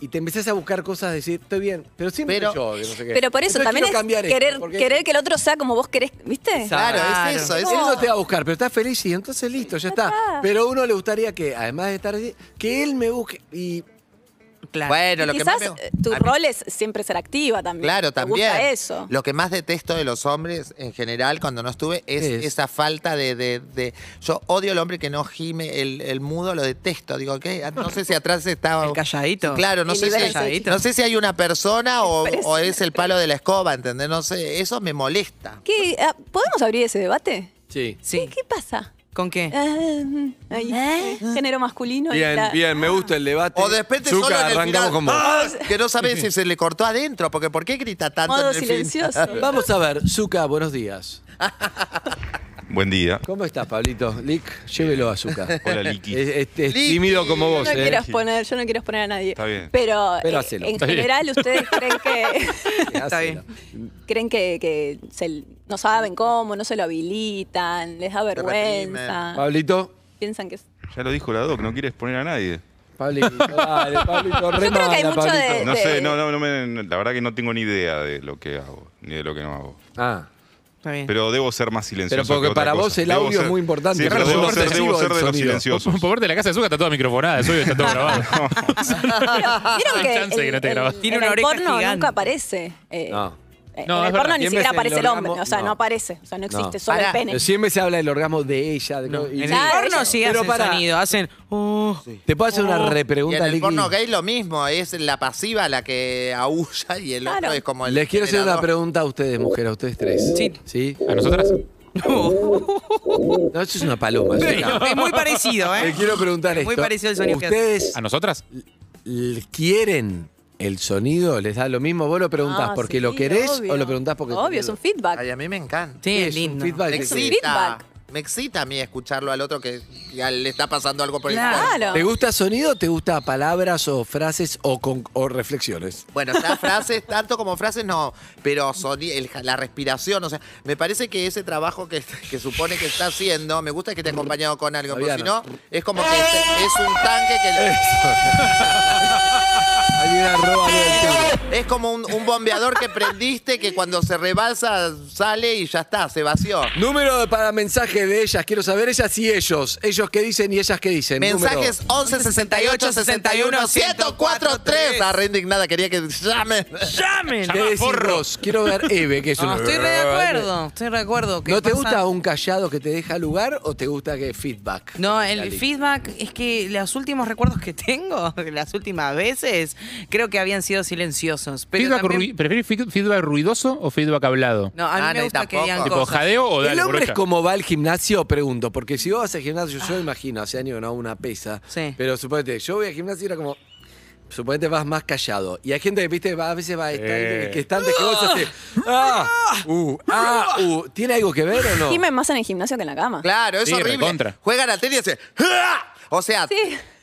Speaker 4: Y te empezás a buscar cosas, decir, estoy bien, pero siempre
Speaker 3: Pero-
Speaker 4: yo, que no sé qué.
Speaker 6: Pero por eso
Speaker 4: Entonces
Speaker 6: también
Speaker 4: quiero
Speaker 6: es
Speaker 4: cambiar esto,
Speaker 6: querer,
Speaker 4: porque
Speaker 6: querer que el otro sea como vos querés, ¿viste?
Speaker 4: Exacto.
Speaker 3: Claro,
Speaker 5: Claro.
Speaker 3: es eso. Es
Speaker 4: Él no
Speaker 3: eso.
Speaker 4: te va a buscar, pero estás feliz y entonces listo, ya está. Pero uno le gustaría que, además de estar así, que él me busque. Y
Speaker 5: Claro.
Speaker 3: Bueno, lo que más
Speaker 6: Quizás
Speaker 3: me-
Speaker 6: eh, tu
Speaker 3: a mí-
Speaker 6: rol es siempre ser activa también.
Speaker 3: Claro,
Speaker 6: Te
Speaker 3: también.
Speaker 6: Gusta eso.
Speaker 3: Lo que más detesto de los hombres en general cuando no estuve es,
Speaker 4: ¿Qué es?
Speaker 3: esa falta de, de- de- Yo odio al hombre que no gime, el, el mudo lo detesto. Digo, ¿qué? Ah, No sé si atrás estaba.
Speaker 5: El calladito.
Speaker 3: Claro, no
Speaker 6: El
Speaker 3: sé,
Speaker 6: nivel
Speaker 3: si,
Speaker 5: calladito.
Speaker 3: no sé si hay una persona o,
Speaker 6: Expresión.
Speaker 3: o es el palo de la escoba, ¿entendés? No sé, eso me molesta.
Speaker 6: ¿Qué- ah, ¿Podemos abrir ese debate?
Speaker 4: sí.
Speaker 5: Sí.
Speaker 6: ¿Qué pasa?
Speaker 5: ¿Con qué?
Speaker 6: Ah, ahí, eh,
Speaker 4: Ah.
Speaker 6: género masculino. y la-
Speaker 8: Bien, bien, me gusta el debate.
Speaker 3: O de repente
Speaker 8: Zucca,
Speaker 3: solo en el
Speaker 8: arrancamos
Speaker 3: final,
Speaker 8: con vos.
Speaker 3: ¡ah! que no sabes si se le cortó adentro, porque ¿por qué grita tanto
Speaker 6: Modo
Speaker 3: en el fin?
Speaker 6: silencioso.
Speaker 4: Vamos a ver, Zuka, buenos días.
Speaker 9: Buen día.
Speaker 4: ¿Cómo estás, Pablito? Lick, llévelo a Zuka.
Speaker 9: Hola, Liki.
Speaker 4: Es, es- es
Speaker 3: Licky.
Speaker 4: tímido como
Speaker 6: Yo
Speaker 4: vos,
Speaker 6: no
Speaker 4: ¿eh?
Speaker 6: quiero exponer, yo no quiero exponer a nadie.
Speaker 9: Está bien.
Speaker 6: Pero,
Speaker 4: Pero
Speaker 6: eh,
Speaker 4: hacelo.
Speaker 6: en
Speaker 7: Está bien.
Speaker 6: general, ¿ustedes creen que
Speaker 5: Está bien.
Speaker 6: creen que, que se- no saben cómo, no se lo habilitan, les da vergüenza?
Speaker 4: Pablito.
Speaker 6: Piensan que es-
Speaker 9: Ya lo dijo la doc, no quieres poner a nadie.
Speaker 4: Pablito, dale, Pablito, re
Speaker 6: Yo creo que hay
Speaker 4: mala,
Speaker 6: mucho de-
Speaker 4: Pablito.
Speaker 9: No sé, no, no, no me- la verdad que no tengo ni idea de lo que hago, ni de lo que no hago.
Speaker 4: Ah.
Speaker 5: Está bien.
Speaker 9: Pero debo ser más silencioso.
Speaker 4: Pero porque
Speaker 9: que otra
Speaker 4: para vos
Speaker 9: cosa.
Speaker 4: el
Speaker 9: Debo
Speaker 4: audio es muy importante.
Speaker 9: Sí, pero
Speaker 4: Claro,
Speaker 9: debo
Speaker 4: es
Speaker 9: ser,
Speaker 4: ofensivo
Speaker 9: debo ser
Speaker 4: el
Speaker 9: de los
Speaker 4: sonido.
Speaker 9: silenciosos.
Speaker 7: Por parte de la casa de Zucca está toda microfonada, el suyo está todo grabado.
Speaker 6: Vieron
Speaker 7: hay
Speaker 6: que
Speaker 7: chance
Speaker 6: el-
Speaker 7: que no te
Speaker 6: el-
Speaker 7: grabas.
Speaker 5: Tiene
Speaker 6: en
Speaker 5: una
Speaker 6: el
Speaker 5: oreja
Speaker 6: porno
Speaker 5: gigante.
Speaker 6: nunca aparece. eh,
Speaker 4: No.
Speaker 6: eh,
Speaker 7: No,
Speaker 6: en
Speaker 7: es
Speaker 6: el porno
Speaker 7: verdad.
Speaker 6: ni
Speaker 4: Siempre es
Speaker 6: siquiera
Speaker 4: el
Speaker 6: aparece el hombre,
Speaker 4: orgasmo,
Speaker 6: o sea, no,
Speaker 4: no.
Speaker 6: aparece, o sea, no existe,
Speaker 4: No.
Speaker 6: solo
Speaker 3: Pará.
Speaker 6: el pene.
Speaker 4: Pero Siempre se habla del orgasmo de ella. de
Speaker 7: No,
Speaker 4: cómo- y-
Speaker 7: en
Speaker 5: En
Speaker 6: Claro,
Speaker 5: el porno
Speaker 6: eso.
Speaker 5: sí
Speaker 4: Pero
Speaker 5: hacen
Speaker 4: pará.
Speaker 5: sonido, hacen. "Oh".
Speaker 4: ¿Te puedo hacer una
Speaker 3: Y
Speaker 4: repregunta,
Speaker 3: en el
Speaker 4: Licky?
Speaker 3: porno gay lo mismo, es la pasiva la que aúlla y el otro
Speaker 6: Claro.
Speaker 3: es como el
Speaker 4: Les quiero hacer una
Speaker 3: generador.
Speaker 4: pregunta a ustedes, mujeres, a ustedes tres.
Speaker 5: Sí.
Speaker 4: ¿Sí?
Speaker 7: ¿A nosotras?
Speaker 4: No, eso es una paloma. eso
Speaker 5: Sí,
Speaker 4: está.
Speaker 5: Es muy parecido,
Speaker 4: Les
Speaker 5: ¿eh?
Speaker 4: quiero preguntar esto.
Speaker 5: Muy parecido el sonido que hace.
Speaker 4: ¿Ustedes
Speaker 7: ¿A nosotras?
Speaker 4: l- quieren el sonido? ¿Les da lo mismo? ¿Vos lo preguntás
Speaker 6: Ah,
Speaker 4: porque
Speaker 6: sí,
Speaker 4: lo querés
Speaker 6: obvio.
Speaker 4: o lo preguntás porque...
Speaker 6: Obvio, es un feedback.
Speaker 3: Ay, a mí me encanta.
Speaker 5: Sí,
Speaker 4: es
Speaker 5: es
Speaker 4: un
Speaker 5: lindo.
Speaker 4: feedback
Speaker 3: Me
Speaker 4: de que-
Speaker 6: sí.
Speaker 3: excita.
Speaker 6: feedback.
Speaker 3: Me excita a mí escucharlo al otro que ya le está pasando algo por el
Speaker 5: Claro.
Speaker 3: cuerpo.
Speaker 6: Claro.
Speaker 4: ¿Te gusta sonido o te gusta palabras o frases o, con- o reflexiones?
Speaker 3: Bueno, está frases, tanto como frases no, pero soni- el ja- la respiración, o sea, me parece que ese trabajo que, que supone que está haciendo, me gusta que esté acompañado con algo, porque si no,
Speaker 4: Fabiana.
Speaker 3: es como que es, es un tanque que...
Speaker 4: Hay una roba
Speaker 6: Eh.
Speaker 4: del
Speaker 3: Es como un, un bombeador que prendiste que cuando se rebalsa sale y ya está, se vació.
Speaker 4: Número para mensaje de ellas. Quiero saber ellas y ellos. Ellos qué dicen y ellas qué dicen.
Speaker 3: Mensajes 11 68 61 1043. Ah, re indignada, quería que llamen.
Speaker 5: ¡Llamen!
Speaker 4: Número. ¿Qué decís vos? Quiero ver Eve, que es
Speaker 5: No,
Speaker 4: una...
Speaker 5: estoy re de acuerdo, estoy de acuerdo. que
Speaker 4: ¿No te
Speaker 5: pasa-
Speaker 4: gusta un callado que te deja lugar o te gusta que feedback?
Speaker 5: No, el
Speaker 4: Dale.
Speaker 5: feedback es que los últimos recuerdos que tengo, las últimas veces, creo que habían sido silenciosos. Pero
Speaker 7: Feedback
Speaker 5: también-
Speaker 7: rui- ¿Preferís fi- feedback ruidoso o feedback hablado?
Speaker 5: No, a mí
Speaker 3: Ah,
Speaker 5: me
Speaker 3: no, y
Speaker 5: gusta que digan
Speaker 3: tampoco.
Speaker 7: ¿Tipo
Speaker 5: cosas.
Speaker 7: jadeo o Oh, dale,
Speaker 4: el hombre
Speaker 7: brocha?
Speaker 4: es como va al gimnasio, pregunto, porque si vos vas al gimnasio, yo imagino, hace años que no hago una pesa,
Speaker 5: Sí.
Speaker 4: pero suponete, yo voy al gimnasio y era como, suponete vas más callado, y hay gente que, viste, va- a veces va, está,
Speaker 7: Eh.
Speaker 4: que está antes que vos hace, ah, uh, ah, uh, ¿tiene algo que ver o no?
Speaker 6: Gimen más en el gimnasio que en la cama.
Speaker 3: Claro, es
Speaker 7: Sí,
Speaker 3: horrible.
Speaker 7: recontra.
Speaker 3: Juegan al tenis y hacen. "¡Ah!". O sea,
Speaker 6: Sí.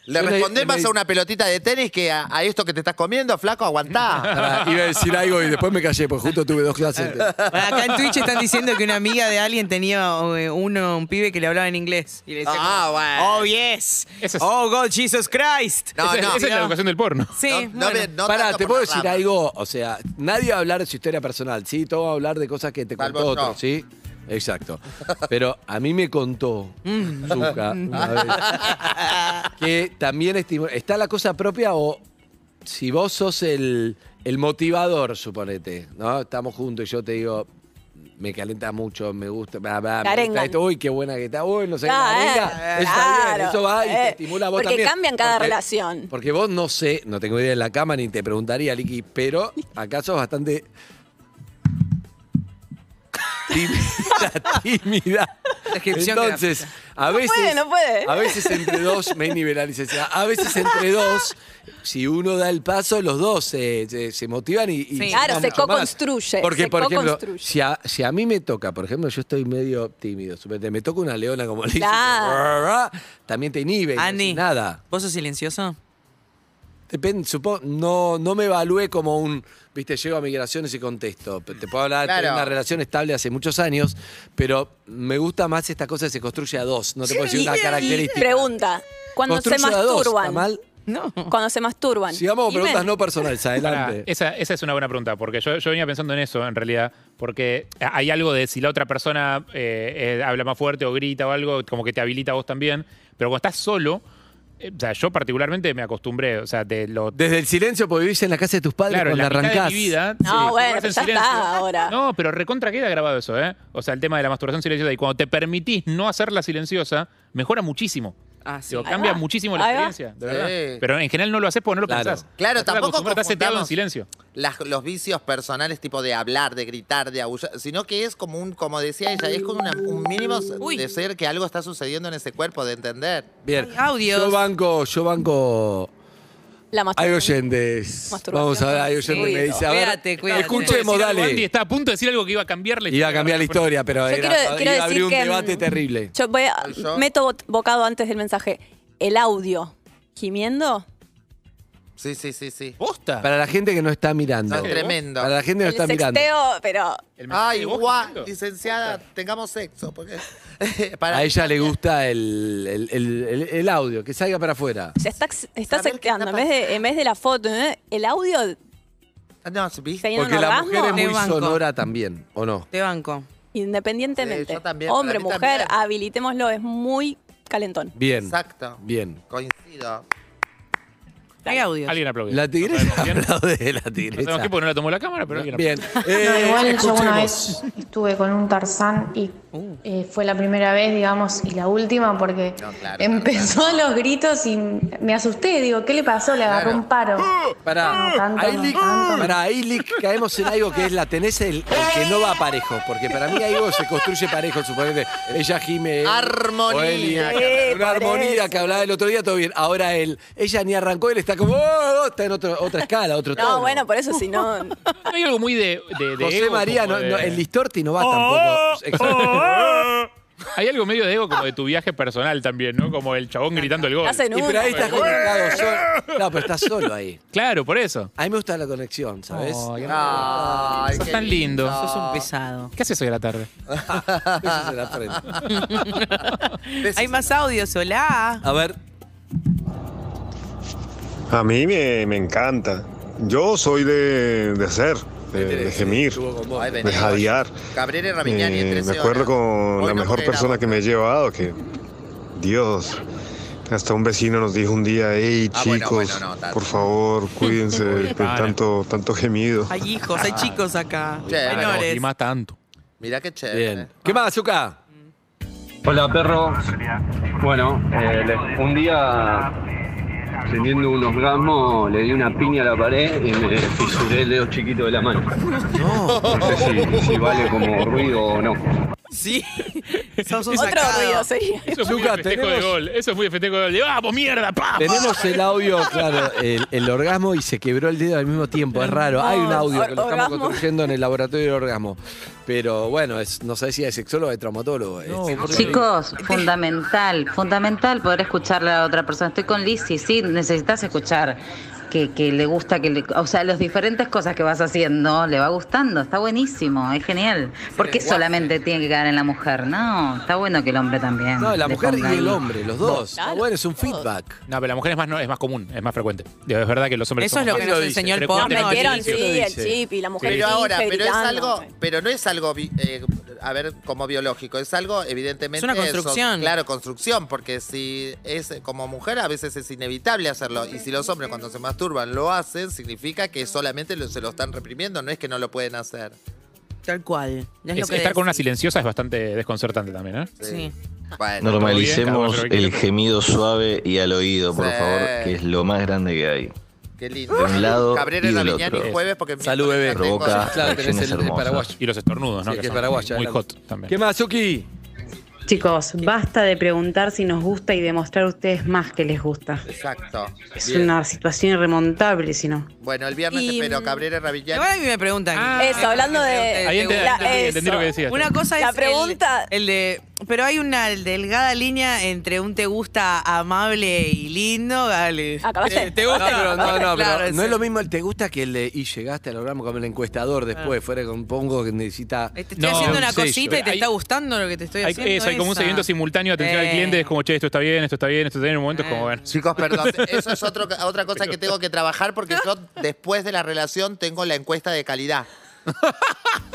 Speaker 3: le
Speaker 4: Yo le-
Speaker 3: respondés
Speaker 4: le-
Speaker 3: más a una pelotita de tenis que a, a esto que te estás comiendo, flaco, aguantá.
Speaker 4: Pará, iba a decir algo y después me callé, porque justo tuve dos clases.
Speaker 5: Bueno, acá en Twitch están diciendo que una amiga de alguien tenía eh, uno, un pibe que le hablaba en inglés. Y le decía
Speaker 3: Ah,
Speaker 5: como,
Speaker 3: bueno.
Speaker 5: Oh, yes.
Speaker 7: Esa es-
Speaker 5: Oh, God, Jesus Christ.
Speaker 3: No,
Speaker 7: Esa-
Speaker 3: no,
Speaker 7: esa es la educación del porno.
Speaker 5: Sí,
Speaker 3: No, no
Speaker 5: bueno.
Speaker 3: me- no
Speaker 4: Pará,
Speaker 3: tanto
Speaker 4: ¿te
Speaker 3: por
Speaker 4: puedo
Speaker 3: la
Speaker 4: decir
Speaker 3: rama.
Speaker 4: algo? O sea, nadie va a hablar de su historia personal, ¿sí? Todo va a hablar de cosas que te
Speaker 3: Salvo
Speaker 4: contó
Speaker 3: yo.
Speaker 4: otro, ¿sí? Exacto. Pero a mí me contó
Speaker 3: Mm.
Speaker 4: Zucca una vez que también estimula. ¿Está la cosa propia o si vos sos el, el motivador, suponete, ¿no? Estamos juntos y yo te digo. Me calenta mucho, me gusta, bla, bla, me
Speaker 6: Karengan.
Speaker 4: gusta esto, uy, qué buena que está, uy, no sé, qué,
Speaker 6: Ah,
Speaker 4: la
Speaker 6: eh,
Speaker 4: venga, eso está bien,
Speaker 6: claro,
Speaker 4: eso va y te
Speaker 6: eh,
Speaker 4: estimula a vos
Speaker 6: porque
Speaker 4: también.
Speaker 6: cambian cada
Speaker 4: Porque-
Speaker 6: relación.
Speaker 4: Porque vos no sé, no tengo idea de la cama ni te preguntaría, Liki, pero acá sos bastante tímida. tímida.
Speaker 5: Descripción
Speaker 4: Entonces, a veces,
Speaker 6: puede, no puede.
Speaker 4: a veces entre dos, me nivelar licenciada, a veces entre dos, si uno da el paso, los dos se, se- se motivan y, y
Speaker 5: Sí.
Speaker 6: Claro,
Speaker 4: van
Speaker 6: se
Speaker 4: mucho más.
Speaker 6: co-construye,
Speaker 4: Porque,
Speaker 6: se
Speaker 4: por ejemplo,
Speaker 6: co-construye.
Speaker 4: si a, si a mí me toca, por ejemplo, yo estoy medio tímido, suponete, me toca una leona como Lizzy,
Speaker 6: Claro.
Speaker 4: también te inhibe, no decís
Speaker 5: Ani,
Speaker 4: nada.
Speaker 5: ¿vos sos silencioso?
Speaker 4: Depende, supo- no, no me evalué como un, viste, llego a migraciones y contesto. P- Te puedo hablar de
Speaker 3: Claro.
Speaker 4: una relación estable hace muchos años, pero me gusta más esta cosa que se construye a dos. No te puedo decir Pues, una característica.
Speaker 6: Pregunta, cuando se
Speaker 4: Construyo a dos, ¿está
Speaker 6: masturban,
Speaker 4: mal?
Speaker 5: No.
Speaker 6: cuando se masturban.
Speaker 4: Sigamos con
Speaker 6: ¿viven?
Speaker 4: preguntas no personales,
Speaker 7: Pará,
Speaker 4: adelante.
Speaker 7: esa, esa es una buena pregunta, porque yo, yo venía pensando en eso, en realidad, porque hay algo de si la otra persona eh, eh, habla más fuerte o grita o algo, como que te habilita a vos también, pero cuando estás solo, eh, o sea, yo particularmente me acostumbré, o sea, de lo...
Speaker 4: Desde el silencio, porque vivís en la casa de tus padres
Speaker 7: Claro, en
Speaker 4: cuando
Speaker 7: la mitad
Speaker 4: arrancás.
Speaker 7: de mi vida.
Speaker 6: No,
Speaker 7: sí,
Speaker 6: bueno,
Speaker 7: guardas
Speaker 6: pero
Speaker 7: el
Speaker 6: ya está ahora.
Speaker 7: No, pero recontra queda grabado eso, ¿eh? O sea, el tema de la masturbación silenciosa. Y cuando te permitís no hacerla silenciosa, mejora muchísimo.
Speaker 5: Ah, sí.
Speaker 7: Digo,
Speaker 6: Ahí
Speaker 7: cambia
Speaker 6: va,
Speaker 7: muchísimo la
Speaker 6: ahí va.
Speaker 7: experiencia, de
Speaker 3: Sí.
Speaker 7: verdad. Pero en general no lo haces porque no lo
Speaker 4: Claro.
Speaker 7: pensás.
Speaker 3: Claro,
Speaker 7: Estás
Speaker 3: tampoco
Speaker 7: acostumbrado, Estás seteado en
Speaker 3: confundamos.
Speaker 7: silencio.
Speaker 3: las- los vicios personales tipo de hablar, de gritar, de aullar, sino que es como un, como decía ella, es como una- un mínimo
Speaker 5: Uy.
Speaker 3: de ser que algo está sucediendo en ese cuerpo, de entender.
Speaker 4: Bien.
Speaker 5: Ay, audios.
Speaker 4: Yo banco, yo banco.
Speaker 6: La
Speaker 4: Hay
Speaker 6: masturbación.
Speaker 4: oyentes.
Speaker 6: Masturbación.
Speaker 4: Vamos a ver, hay oyentes que me
Speaker 5: Cuidado.
Speaker 4: dice, a ver,
Speaker 5: Cuídate, cuídate.
Speaker 4: escuchemos,
Speaker 7: Decir algo, Andy,
Speaker 4: dale.
Speaker 7: Está a punto de decir algo que iba a cambiar la
Speaker 4: Iba a cambiar la historia, pero
Speaker 6: Yo
Speaker 4: era-
Speaker 6: quiero- quiero
Speaker 4: iba a
Speaker 6: decir
Speaker 4: abrir un
Speaker 6: que,
Speaker 4: debate
Speaker 6: mm,
Speaker 4: terrible.
Speaker 6: Yo voy a-
Speaker 3: Yo-
Speaker 6: meto bo- bocado antes del mensaje. El audio, gimiendo,
Speaker 3: Sí, sí, sí, sí.
Speaker 7: ¿Posta?
Speaker 4: Para la gente que no está mirando.
Speaker 3: Es tremendo.
Speaker 4: Para la gente que no
Speaker 6: el
Speaker 4: está
Speaker 6: sexteo,
Speaker 4: mirando.
Speaker 6: pero
Speaker 7: El mensaje
Speaker 3: Ay,
Speaker 7: de vos,
Speaker 3: guau,
Speaker 7: Fernando.
Speaker 3: licenciada, tengamos sexo. Porque, para
Speaker 4: A ella le gusta el, el- el- el- el audio, que salga para afuera.
Speaker 6: se está, está
Speaker 3: Saber qué
Speaker 6: sexteando.
Speaker 3: está
Speaker 6: En vez, de, en vez de la foto, ¿eh? el audio
Speaker 3: No, ¿viste?
Speaker 6: teniendo
Speaker 4: Porque
Speaker 6: un
Speaker 4: la
Speaker 6: orgasmo,
Speaker 4: mujer es
Speaker 5: Te
Speaker 4: muy
Speaker 5: banco.
Speaker 4: sonora también, ¿o no?
Speaker 5: Te banco.
Speaker 6: independientemente.
Speaker 3: Sí, yo también,
Speaker 6: Hombre,
Speaker 3: para mí
Speaker 6: mujer,
Speaker 3: también.
Speaker 6: habilitémoslo, es muy calentón.
Speaker 4: Bien.
Speaker 3: Exacto.
Speaker 4: Bien.
Speaker 3: Coincido.
Speaker 5: Hay audios.
Speaker 7: Alguien aplaudió.
Speaker 4: La tigresa.
Speaker 7: No sabemos quién.
Speaker 4: hablado de la
Speaker 7: No sabemos
Speaker 4: tigresa.
Speaker 7: quién, porque no la tomó la cámara, pero alguien
Speaker 4: Bien.
Speaker 10: No,
Speaker 4: Eh,
Speaker 10: igual yo una
Speaker 4: escuchemos.
Speaker 10: vez estuve con un Tarzán y
Speaker 5: Uh.
Speaker 10: eh, fue la primera vez, digamos, y la última porque
Speaker 3: No, claro,
Speaker 10: empezó los gritos y me asusté. Digo, ¿qué le pasó? Le agarró
Speaker 3: Claro.
Speaker 10: un paro.
Speaker 4: Pará,
Speaker 10: No, tanto,
Speaker 4: ahí
Speaker 10: no,
Speaker 4: Lick-
Speaker 10: tanto.
Speaker 4: pará, ahí Lick, caemos en algo que es la tenés el, el que no va parejo, porque para mí algo se construye parejo, suponete. Ella gime. él,
Speaker 3: Armonía.
Speaker 4: o él y-
Speaker 10: Eh,
Speaker 6: Sí,
Speaker 4: una
Speaker 6: por
Speaker 4: armonía
Speaker 6: eso.
Speaker 4: que hablaba el otro día, todo bien. Ahora él, ella ni arrancó, él está como, "Oh, oh", está en otro- otra escala, otro
Speaker 6: No,
Speaker 4: tono.
Speaker 6: bueno, por eso si no.
Speaker 7: No Hay algo muy de. de- de
Speaker 4: José
Speaker 7: ego,
Speaker 4: María,
Speaker 7: como
Speaker 4: no,
Speaker 7: de-
Speaker 4: no, el listorti no va tampoco. Exacto.
Speaker 7: Hay algo medio de ego como de tu viaje personal también, ¿no? Como el chabón gritando el gol.
Speaker 6: Hacen
Speaker 4: Y
Speaker 6: uno.
Speaker 4: pero ahí estás conectado solo. No, pero estás solo ahí.
Speaker 7: Claro, por eso.
Speaker 4: A mí me gusta la conexión, ¿sabes?
Speaker 7: Ay,
Speaker 3: Ay,
Speaker 7: sos
Speaker 3: qué
Speaker 7: tan lindo.
Speaker 5: Sos un pesado.
Speaker 7: ¿Qué haces hoy a la tarde?
Speaker 4: Besos en la frente.
Speaker 5: Hay más audios, hola.
Speaker 4: A ver,
Speaker 11: A mí me, me encanta. Yo soy de, de hacer, de, Eh, de gemir,
Speaker 4: Estuvo con vos.
Speaker 3: Ay,
Speaker 11: de
Speaker 3: vení.
Speaker 11: jadear.
Speaker 3: Cabrera y Rabiñani,
Speaker 11: Eh,
Speaker 3: en
Speaker 11: me acuerdo con la mejor persona que me he llevado, que Dios, hasta un vecino nos dijo un día, hey
Speaker 3: Ah, bueno,
Speaker 11: chicos,
Speaker 3: bueno, no, tanto.
Speaker 11: por favor, cuídense de
Speaker 7: Para.
Speaker 11: tanto, tanto gemido.
Speaker 5: Hay hijos, hay chicos acá.
Speaker 3: Che,
Speaker 4: Eh,
Speaker 7: Ah, no,
Speaker 5: Menores.
Speaker 7: y más tanto.
Speaker 3: Mirá qué chévere.
Speaker 4: Bien. ¿Qué más, Zuka?
Speaker 12: Hola perro. Bueno, eh, le- un día teniendo un orgasmo le di una piña a la pared y me fisuré el dedo chiquito de la mano. No, sé si, si vale como ruido o no.
Speaker 5: Sí. Sos un
Speaker 6: Otro
Speaker 5: sacado.
Speaker 6: ruido sería.
Speaker 7: Eso es
Speaker 4: Lucas,
Speaker 7: muy de festejo de
Speaker 4: tenemos-
Speaker 7: gol. Eso es muy de festejo de gol. De, ¡Vamos, mierda! ¡Pam!
Speaker 4: Tenemos el audio, claro, el, el orgasmo y se quebró el dedo al mismo tiempo. Es raro. Hay un audio que lo estamos
Speaker 6: Or- orgasmo.
Speaker 4: construyendo en el laboratorio del orgasmo. Pero bueno, es- no sé si es sexólogo o es traumatólogo. Es- este,
Speaker 13: Chicos, fundamental, fundamental poder escucharle a la otra persona. Estoy con Lizzy, sí, necesitas escuchar que, que le gusta, que le- o sea, las diferentes cosas que vas haciendo le va gustando, está buenísimo, es genial. ¿Por qué solamente tiene que quedar en la mujer? No, está bueno que el hombre también.
Speaker 4: No, la
Speaker 13: le
Speaker 4: mujer y
Speaker 13: ponga
Speaker 4: el
Speaker 13: ahí.
Speaker 4: hombre, los dos. Está bueno, es un feedback.
Speaker 7: No, pero la mujer es más, no- es más común, es más frecuente. Digo, Es verdad que los hombres
Speaker 5: Eso es lo que nos enseñó el porno,
Speaker 7: porno.
Speaker 5: Nos
Speaker 6: metieron, sí, el chip y la mujer
Speaker 3: Pero ahora,
Speaker 6: finge,
Speaker 3: pero es
Speaker 6: gritando.
Speaker 3: algo, pero no es algo, bi- eh, a ver, como biológico, es algo evidentemente...
Speaker 5: Es una construcción.
Speaker 3: so- claro, construcción, porque si es eh, como mujer a veces es inevitable hacerlo. Y si los hombres cuando se masturban lo hacen, significa que solamente lo- se lo están reprimiendo, no es que no lo pueden hacer.
Speaker 5: Tal cual. Es lo
Speaker 7: Es-
Speaker 5: que
Speaker 7: estar con una silenciosa es bastante desconcertante también, ¿eh?
Speaker 5: Sí.
Speaker 3: Bueno,
Speaker 14: Normalicemos
Speaker 7: todo bien,
Speaker 14: el gemido suave y al oído, por
Speaker 3: Sí.
Speaker 14: favor, que es lo más grande que hay.
Speaker 3: qué lindo.
Speaker 14: De un lado
Speaker 3: Cabrera
Speaker 14: y
Speaker 3: la
Speaker 14: del
Speaker 3: Viñani
Speaker 14: otro.
Speaker 3: jueves porque...
Speaker 4: Salud, bebé.
Speaker 14: Provoca
Speaker 4: Claro, tenés
Speaker 14: acciones
Speaker 4: el- el
Speaker 14: hermosas.
Speaker 4: paraguayo.
Speaker 7: Y los estornudos, ¿no?
Speaker 4: Sí, que es
Speaker 7: son
Speaker 4: paraguayo,
Speaker 7: Muy
Speaker 4: adelante.
Speaker 7: hot también.
Speaker 4: ¿Qué más, Suki?
Speaker 15: Chicos, basta de preguntar si nos gusta y demostrar a ustedes más que les gusta.
Speaker 3: Exacto.
Speaker 15: Es
Speaker 3: Bien.
Speaker 15: una situación irremontable, si no.
Speaker 3: Bueno, el viernes
Speaker 5: Y,
Speaker 3: espero
Speaker 5: mm,
Speaker 3: Cabrera Ravillani.
Speaker 5: Ahora a mí me preguntan.
Speaker 6: Eso, hablando de-
Speaker 7: Ah, Ahí entendí,
Speaker 6: la-
Speaker 7: entendí, entendí lo que decías.
Speaker 5: Eh,
Speaker 7: ¿eh?
Speaker 5: Una cosa es
Speaker 6: La
Speaker 5: el-
Speaker 6: pregunta-
Speaker 5: el, de, pero hay una delgada línea entre un te gusta amable y lindo, dale.
Speaker 6: Acabaste.
Speaker 5: Eh, ¿Te gusta?
Speaker 4: No, pero, no, no, pero
Speaker 5: Claro,
Speaker 4: no es lo mismo el te gusta que el de y llegaste, lo hablamos con el encuestador después,
Speaker 3: Ah.
Speaker 4: fuera con Pongo que necesita.
Speaker 5: Te Este, estoy haciendo una cosita y te está gustando lo que te estoy
Speaker 7: Hay,
Speaker 5: haciendo.
Speaker 7: eso, hay como un
Speaker 5: esa.
Speaker 7: seguimiento simultáneo de atención
Speaker 5: Eh.
Speaker 7: al cliente, es como, che, esto está bien, esto está bien, esto está bien, en un momento es como, bueno.
Speaker 3: Chicos, Perdón, eso es otro- otra cosa que tengo que trabajar porque yo después de la relación tengo la encuesta de calidad.
Speaker 5: Eh,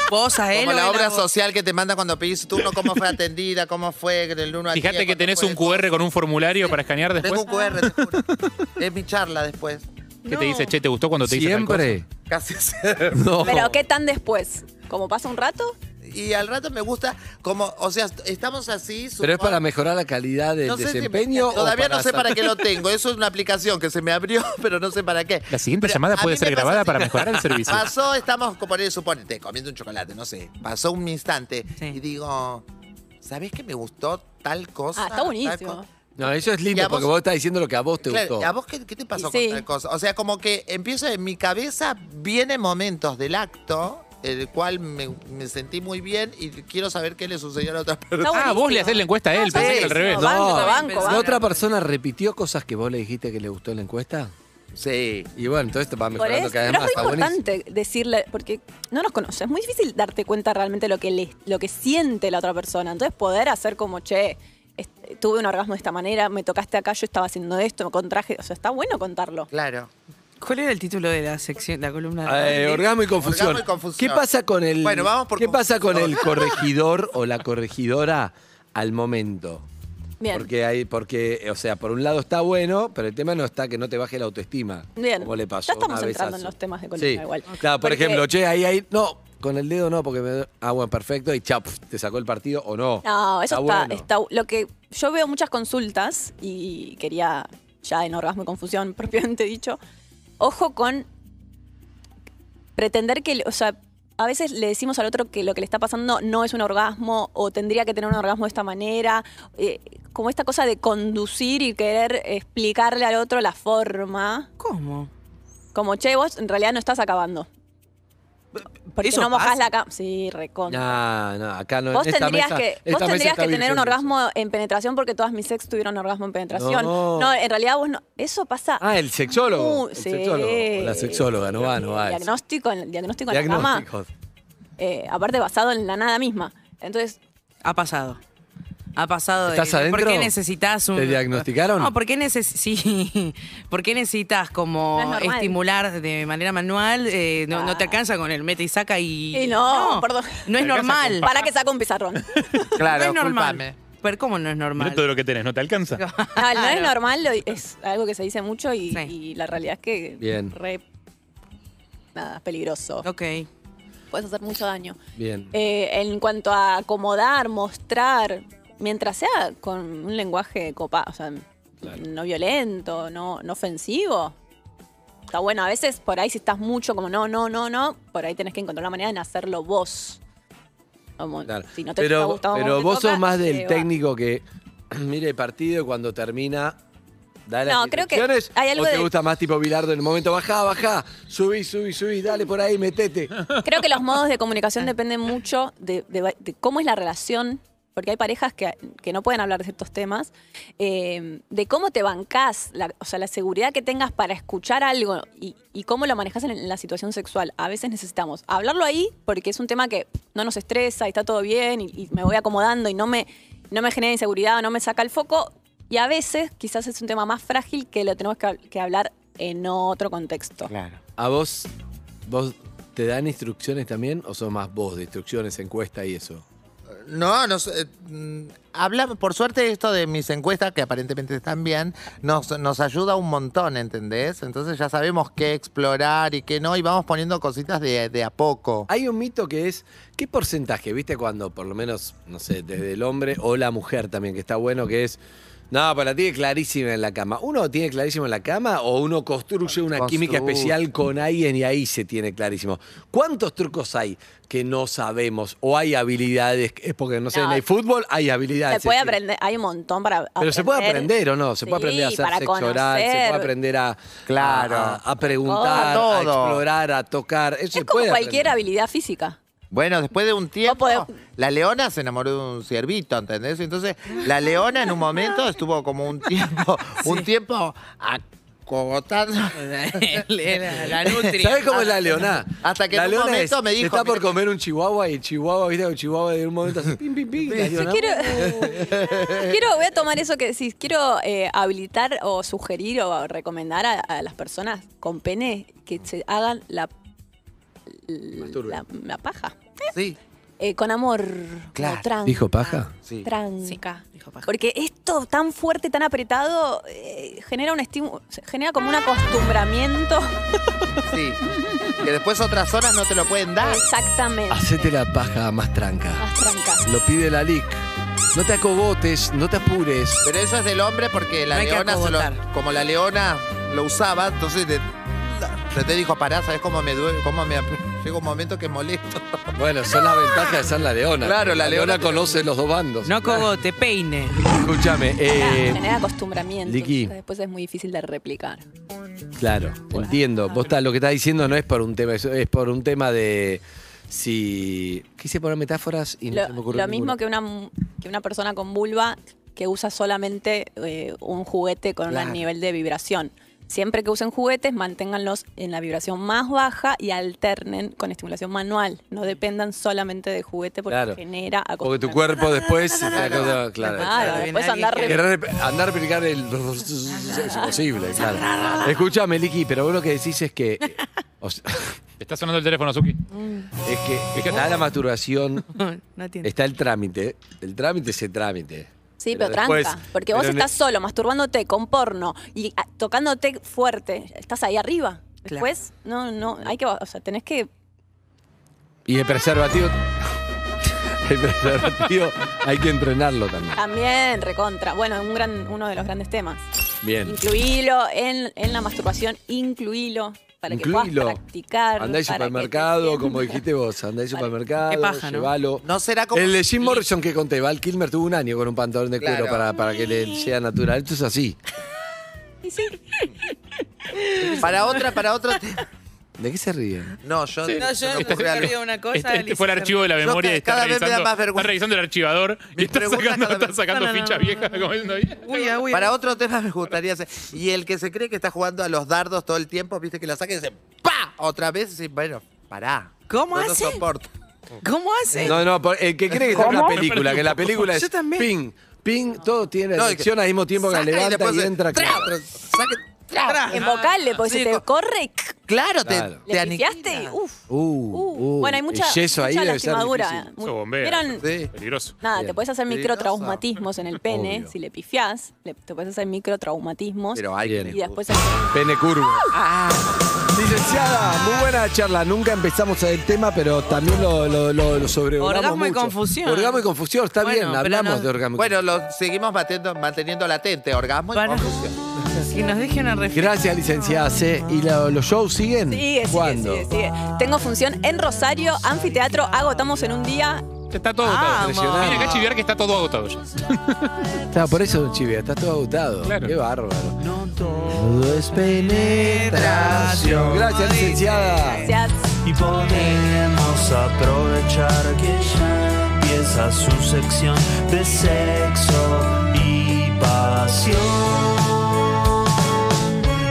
Speaker 5: Vos a él
Speaker 3: Como
Speaker 5: o
Speaker 3: la
Speaker 5: él a
Speaker 3: obra
Speaker 5: vos.
Speaker 3: social que te manda cuando pedís turno, cómo fue atendida, cómo fue del 1 al 10.
Speaker 7: Fíjate que
Speaker 3: cuánto
Speaker 7: tenés
Speaker 3: fue.
Speaker 7: un QR con un formulario para escanear
Speaker 3: Tengo
Speaker 7: después.
Speaker 3: un QR, te juro. Es mi charla después.
Speaker 7: ¿Qué te dice, che, te gustó cuando te dice tal
Speaker 4: Siempre.
Speaker 3: Casi
Speaker 4: No.
Speaker 6: Pero ¿qué tan después? ¿Como pasa un rato?
Speaker 3: Y al rato me gusta, como, o sea, estamos así.
Speaker 4: Pero
Speaker 3: supongo-
Speaker 4: es para mejorar la calidad del
Speaker 3: No sé si-
Speaker 4: desempeño.
Speaker 3: todavía
Speaker 4: o
Speaker 3: no sé para
Speaker 4: saber-
Speaker 3: qué lo tengo. Eso es una aplicación que se me abrió, pero no sé para qué.
Speaker 7: La siguiente
Speaker 3: Pero
Speaker 7: llamada
Speaker 3: a
Speaker 7: puede
Speaker 3: mí
Speaker 7: ser
Speaker 3: me pasa
Speaker 7: grabada
Speaker 3: así.
Speaker 7: para mejorar el servicio.
Speaker 3: Pasó, estamos, como ponele, suponete, comiendo un chocolate, no sé. Pasó un instante y digo, ¿sabés que me gustó tal cosa?
Speaker 6: Ah, está
Speaker 3: tal
Speaker 6: buenísimo.
Speaker 3: cosa?".
Speaker 4: No, eso es
Speaker 3: Y
Speaker 4: lindo
Speaker 3: a vos-
Speaker 4: porque vos estás diciendo lo que a vos te
Speaker 3: Claro,
Speaker 4: gustó.
Speaker 3: ¿A vos qué, qué te pasó
Speaker 6: Y
Speaker 3: con
Speaker 6: sí.
Speaker 3: tal cosa? O sea, como que empiezo en mi cabeza, vienen momentos del acto, el cual me, me sentí muy bien y quiero saber qué le sucedió a la otra persona.
Speaker 7: Ah, vos le hacés la encuesta a él, pensé que era al revés.
Speaker 4: No, ¿la Ah, otra persona repitió cosas que vos le dijiste que le gustó en la encuesta?
Speaker 3: Sí.
Speaker 4: Y bueno, entonces te va
Speaker 6: Por
Speaker 4: mejorando
Speaker 6: eso,
Speaker 4: cada vez
Speaker 6: pero es
Speaker 4: más.
Speaker 6: muy
Speaker 4: Está buenísimo.
Speaker 6: importante decirle, porque no nos conoces, es muy difícil darte cuenta realmente lo que, le- lo que siente la otra persona. Entonces poder hacer como, che, este, tuve un orgasmo de esta manera, me tocaste acá, yo estaba haciendo esto, me contraje. O sea, está bueno contarlo.
Speaker 3: Claro.
Speaker 5: ¿Cuál era el título de la sección, la columna?
Speaker 4: Eh, orgasmo y confusión.
Speaker 3: Orgasmo y confusión.
Speaker 4: ¿Qué pasa con el
Speaker 3: Bueno, vamos por
Speaker 4: ¿Qué pasa con el
Speaker 3: confusión.
Speaker 4: corregidor o la corregidora al momento?
Speaker 6: Bien.
Speaker 4: Porque hay porque o sea, por un lado está bueno, pero el tema no está que no te baje la autoestima.
Speaker 6: Bien.
Speaker 4: Como le pasó
Speaker 6: ya estamos
Speaker 4: una vez
Speaker 6: entrando
Speaker 4: a-
Speaker 6: en los temas de columna
Speaker 4: Sí.
Speaker 6: igual.
Speaker 4: Claro, por
Speaker 6: Porque-
Speaker 4: ejemplo, che, ahí ahí no, con el dedo no porque me do- ah, bueno, perfecto y chap, te sacó el partido o no.
Speaker 6: No, eso está,
Speaker 4: bueno.
Speaker 6: está- Lo que yo veo muchas consultas y quería, ya en orgasmo y confusión propiamente dicho, ojo con pretender que, o sea, a veces le decimos al otro que lo que le está pasando no es un orgasmo o tendría que tener un orgasmo de esta manera, eh, como esta cosa de conducir y querer explicarle al otro la forma,
Speaker 5: ¿Cómo?
Speaker 6: como che, vos en realidad no estás acabando. Porque
Speaker 5: ¿Eso
Speaker 6: no mojás
Speaker 5: pasa?
Speaker 6: la cama. Sí, recontra.
Speaker 4: No, no, acá no
Speaker 6: Vos
Speaker 4: esta
Speaker 6: tendrías
Speaker 4: mesa-
Speaker 6: que,
Speaker 4: esta
Speaker 6: vos
Speaker 4: mesa
Speaker 6: tendrías
Speaker 4: está
Speaker 6: que tener
Speaker 4: virgen
Speaker 6: un
Speaker 4: de eso.
Speaker 6: orgasmo en penetración porque todas mis ex tuvieron orgasmo en penetración.
Speaker 4: No.
Speaker 6: No, en realidad vos no. Eso pasa.
Speaker 4: Ah, el sexólogo. el
Speaker 6: Muy- Uh, sí.
Speaker 4: sexólogo. o La sexóloga, no va, no va. eso.
Speaker 6: diagnóstico, en- diagnóstico en la cama,
Speaker 4: Diagnósticos.
Speaker 6: eh, aparte basado en la nada misma. Entonces,
Speaker 5: Ha pasado. Ha pasado. de-
Speaker 4: ¿Estás adentro?
Speaker 5: ¿Por qué necesitas un.
Speaker 4: ¿Te diagnosticaron?
Speaker 5: No, ¿por qué, neces sí. ¿por qué necesitas como
Speaker 6: No es normal. Ah.
Speaker 5: estimular de manera manual? Eh, no, no te alcanza con el mete y saca y.
Speaker 6: y no, perdón.
Speaker 5: No es normal.
Speaker 6: Para que saco un pizarrón.
Speaker 5: no es normal. Pero ¿cómo no es normal?
Speaker 7: Mirá todo lo que tenés, ¿no te alcanza?
Speaker 6: No, no es normal, lo- es algo que se dice mucho y, y la realidad es que
Speaker 4: Bien.
Speaker 6: re- nada, es peligroso.
Speaker 5: Ok.
Speaker 6: Puedes hacer mucho daño.
Speaker 4: Bien.
Speaker 6: Eh, en cuanto a acomodar, mostrar, mientras sea con un lenguaje copado, o sea, no violento, no, no ofensivo. Está bueno, a veces por ahí si estás mucho como no, no, no, no, por ahí tenés que encontrar la manera en hacerlo vos. Como,
Speaker 4: Claro.
Speaker 6: Si no te está
Speaker 4: Pero,
Speaker 6: gustando cómo
Speaker 4: pero
Speaker 6: te
Speaker 4: vos
Speaker 6: toca, eh,
Speaker 4: sos más del
Speaker 6: lleva.
Speaker 4: técnico que mire el partido y cuando termina. Da las
Speaker 6: No, creo que
Speaker 4: instrucciones,
Speaker 6: hay algo
Speaker 4: ¿O te
Speaker 6: de-
Speaker 4: gusta más tipo Bilardo en el momento? Bajá, bajá, subí, subí, subí, dale por ahí, metete.
Speaker 6: Creo que los modos de comunicación dependen mucho de, de va- de cómo es la relación porque hay parejas que, que no pueden hablar de ciertos temas, eh, de cómo te bancás, la- o sea, la seguridad que tengas para escuchar algo y, y cómo lo manejas en, en la situación sexual. A veces necesitamos hablarlo ahí porque es un tema que no nos estresa y está todo bien y, y me voy acomodando y no me, no me genera inseguridad o no me saca el foco. Y a veces quizás es un tema más frágil que lo tenemos que, hab- que hablar en otro contexto.
Speaker 4: Claro. ¿A vos, vos te dan instrucciones también o sos más vos de instrucciones, encuesta y eso?
Speaker 3: No, nos, eh, mm, habla, por suerte esto de mis encuestas, que aparentemente están bien, nos, nos ayuda un montón, ¿entendés? Entonces ya sabemos qué explorar y qué no, y vamos poniendo cositas de, de a poco.
Speaker 4: Hay un mito que es, ¿qué porcentaje? ¿Viste cuando, por lo menos, no sé, desde el hombre o la mujer también, que está bueno, que es, no, pero la tiene clarísima en la cama. ¿Uno tiene clarísimo en la cama o uno construye una
Speaker 3: Construye.
Speaker 4: química especial con alguien y ahí se tiene clarísimo? ¿Cuántos trucos hay que no sabemos o hay habilidades? Es porque, no sé,
Speaker 6: No.
Speaker 4: en el fútbol hay habilidades.
Speaker 6: Se puede
Speaker 4: es decir,
Speaker 6: aprender, hay un montón para aprender.
Speaker 4: Pero se puede aprender o no, se puede aprender a
Speaker 6: Sí,
Speaker 4: hacer
Speaker 6: para
Speaker 4: sexo oral, se puede
Speaker 6: conocer.
Speaker 4: aprender a,
Speaker 3: Claro.
Speaker 4: a, a preguntar,
Speaker 3: A todo.
Speaker 4: a explorar, a tocar. Eso se
Speaker 6: Es como
Speaker 4: puede aprender.
Speaker 6: cualquier habilidad física.
Speaker 3: Bueno, después de un tiempo, la leona se enamoró de un ciervito, ¿entendés? Entonces, la leona en un momento estuvo como un tiempo, un tiempo acogotando.
Speaker 5: la, la nutria.
Speaker 4: ¿Sabes cómo es la leona?
Speaker 3: Ah, Hasta que
Speaker 4: la
Speaker 3: en un
Speaker 4: leona
Speaker 3: momento
Speaker 4: es-
Speaker 3: me dijo,
Speaker 4: Está por
Speaker 3: mira-
Speaker 4: comer un chihuahua y chihuahua, viste, un chihuahua de un momento hace pim, pim, pim. y la
Speaker 6: Yo
Speaker 4: leona,
Speaker 6: quiero, quiero- voy a tomar eso que decís. Quiero eh, habilitar o sugerir o recomendar a, a las personas con pene que se hagan la, la, la paja.
Speaker 3: Sí.
Speaker 6: Eh, con amor.
Speaker 4: Claro.
Speaker 6: Como tranca.
Speaker 4: ¿Dijo paja? Sí.
Speaker 6: Tranca. Porque esto tan fuerte, tan apretado, eh, genera un estímulo, genera como un acostumbramiento.
Speaker 3: Sí. Que después otras horas no te lo pueden dar.
Speaker 6: Exactamente.
Speaker 4: Hacete la paja más tranca.
Speaker 6: Más tranca.
Speaker 4: Lo pide la LIC. No te acogotes, no te apures.
Speaker 3: Pero eso es del hombre porque la
Speaker 4: No hay que
Speaker 3: leona, se lo- como la leona lo usaba, entonces te, te- te dijo, pará, ¿sabes cómo me duele? Cómo me, ap- llega un momento que es molesto.
Speaker 4: Bueno, son las ventajas de ser la leona.
Speaker 3: Claro, la
Speaker 4: leona,
Speaker 3: leona
Speaker 4: conoce los dos bandos.
Speaker 5: No cogote, peine.
Speaker 4: Escúchame, eh,
Speaker 6: genera acostumbramiento.
Speaker 4: Liqui.
Speaker 6: Después es muy difícil de replicar.
Speaker 4: Claro, entiendo. Vos está- lo que estás diciendo no es por un tema, es- es por un tema de si quise poner metáforas y no
Speaker 6: Lo,
Speaker 4: se me ocurrió
Speaker 6: lo mismo
Speaker 4: ninguna.
Speaker 6: que una, que una persona con vulva que usa solamente eh, un juguete con
Speaker 4: Claro.
Speaker 6: un nivel de vibración. Siempre que usen juguetes, manténganlos en la vibración más baja y alternen con estimulación manual. No dependan solamente de juguete porque
Speaker 4: Claro.
Speaker 6: genera
Speaker 4: Porque
Speaker 6: acostumbramiento.
Speaker 4: tu cuerpo después. la cosa- claro.
Speaker 6: Claro, después
Speaker 5: Viene
Speaker 6: andar re-
Speaker 4: Querer rep- andar a aplicar el. Es imposible, claro. Escúchame, Liki, pero vos lo que decís es que. o sea,
Speaker 7: Te está sonando el teléfono, Suki.
Speaker 4: es que está la masturbación,
Speaker 5: No entiendo.
Speaker 4: está el trámite. El trámite es el trámite.
Speaker 6: Sí,
Speaker 4: Pero
Speaker 6: pero,
Speaker 4: después-
Speaker 6: tranca. Porque vos
Speaker 4: pero e- ne-
Speaker 6: estás solo, masturbándote con porno y ah, tocándote fuerte. Estás ahí arriba. Después, no, no, hay que, o sea, tenés que
Speaker 4: Y el preservativo. El preservativo hay que entrenarlo también.
Speaker 6: también recontra. Bueno, un gran, uno de los grandes temas.
Speaker 4: Bien.
Speaker 6: Incluílo en, en la masturbación, incluílo para que
Speaker 4: Incluílo.
Speaker 6: puedas practicar.
Speaker 4: Andá al
Speaker 6: para que-
Speaker 4: supermercado, como dijiste vos, andá al supermercado,
Speaker 6: Qué paja, ¿no?
Speaker 4: llévalo.
Speaker 3: No será como-
Speaker 4: El de Jim Morrison que conté, Val Kilmer tuvo un año con un pantalón de cuero
Speaker 3: Claro.
Speaker 4: para, para que le sea natural. Esto es así.
Speaker 6: Y sí,
Speaker 3: Para otra, para otra.
Speaker 4: ¿De qué se ríen?
Speaker 3: No, yo.
Speaker 5: Sí, no, yo me
Speaker 3: ocurre
Speaker 5: acuerdo
Speaker 3: algo.
Speaker 5: de una cosa.
Speaker 7: Este, este
Speaker 5: Alicia
Speaker 7: fue el
Speaker 5: se
Speaker 7: archivo de la
Speaker 3: Yo
Speaker 7: memoria.
Speaker 3: ca-
Speaker 7: y está
Speaker 3: cada vez me da
Speaker 7: revisando,
Speaker 3: más vergüenza.
Speaker 7: Está revisando el archivador y está
Speaker 3: preguntas
Speaker 7: sacando,
Speaker 3: cada vez-
Speaker 7: está sacando
Speaker 5: No, no, no,
Speaker 7: fichas
Speaker 5: no,
Speaker 7: viejas. como diciendo, "Bien".
Speaker 5: Uy, uy,
Speaker 3: Para otro tema me gustaría hacer. Y el que se cree que está jugando a los dardos todo el tiempo, viste que la saca y dice ¡Pa! Otra vez y dice, bueno, pará.
Speaker 5: ¿Cómo
Speaker 3: no lo
Speaker 5: hace?
Speaker 3: soporto.
Speaker 5: ¿Cómo hace?
Speaker 4: No, no, por- el que cree que está en una
Speaker 5: ¿Cómo?
Speaker 4: película, que la película es
Speaker 5: Yo también.
Speaker 4: ping, ping, todo tiene
Speaker 3: No,
Speaker 4: la
Speaker 3: es
Speaker 4: elección
Speaker 3: que
Speaker 4: al mismo tiempo que la
Speaker 3: saca y
Speaker 4: levanta
Speaker 3: después
Speaker 4: y,
Speaker 3: se-
Speaker 4: entra.
Speaker 3: ¡Tra!
Speaker 4: claro.
Speaker 3: Pero saca-
Speaker 5: Tra.
Speaker 6: en vocales, porque
Speaker 3: Sí,
Speaker 6: se te
Speaker 3: co-
Speaker 6: corre. y c-
Speaker 3: Claro, te,
Speaker 4: Claro.
Speaker 3: te
Speaker 6: Le
Speaker 3: aniquila.
Speaker 6: pifiaste y uff.
Speaker 4: Uh,
Speaker 6: Uh,
Speaker 4: uh,
Speaker 6: bueno, hay mucha,
Speaker 4: el yeso ahí
Speaker 6: mucha
Speaker 4: debe ser
Speaker 6: lastimadura.
Speaker 4: difícil.
Speaker 6: Mu-
Speaker 7: Eso bombea.
Speaker 6: ¿Vieron?
Speaker 7: Peligroso.
Speaker 6: Nada, te puedes hacer
Speaker 3: Peligrosa.
Speaker 6: microtraumatismos en el pene.
Speaker 4: Obvio.
Speaker 6: Si le pifiás, le- te puedes hacer microtraumatismos.
Speaker 3: Pero hay
Speaker 4: Bien.
Speaker 3: que-
Speaker 6: y después.
Speaker 4: Pene curvo.
Speaker 3: Ah.
Speaker 4: Licenciada, muy buena charla. Nunca empezamos el tema, pero también lo, lo, lo, lo sobrevolamos
Speaker 5: Orgasmo y
Speaker 4: mucho.
Speaker 5: confusión.
Speaker 4: Orgasmo y confusión, está
Speaker 5: Bueno,
Speaker 4: bien,
Speaker 5: pero
Speaker 4: hablamos
Speaker 5: no-
Speaker 4: de orgasmo. y
Speaker 3: Bueno, lo seguimos manteniendo, manteniendo latente, orgasmo y
Speaker 5: Para-
Speaker 3: confusión.
Speaker 5: Que nos deje una reflexión.
Speaker 4: Gracias, licenciada C. ¿Y lo- los shows siguen?
Speaker 6: Sigue, sigue,
Speaker 4: ¿Cuándo?
Speaker 6: sigue, sigue. Tengo función en Rosario, anfiteatro, agotamos en un día.
Speaker 7: Está todo
Speaker 4: Ah,
Speaker 5: Vamos.
Speaker 7: agotado. Viene acá a chiviar que está todo agotado ya.
Speaker 4: Está, por eso, un chivia, está todo agotado.
Speaker 7: Claro.
Speaker 4: Qué bárbaro. Todo es penetración. Gracias, licenciada.
Speaker 6: Gracias.
Speaker 2: Y podemos aprovechar que ya empieza su sección de sexo y pasión.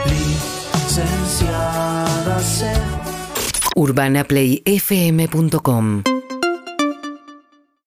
Speaker 2: Licenciada C.
Speaker 13: UrbanaPlayFM.com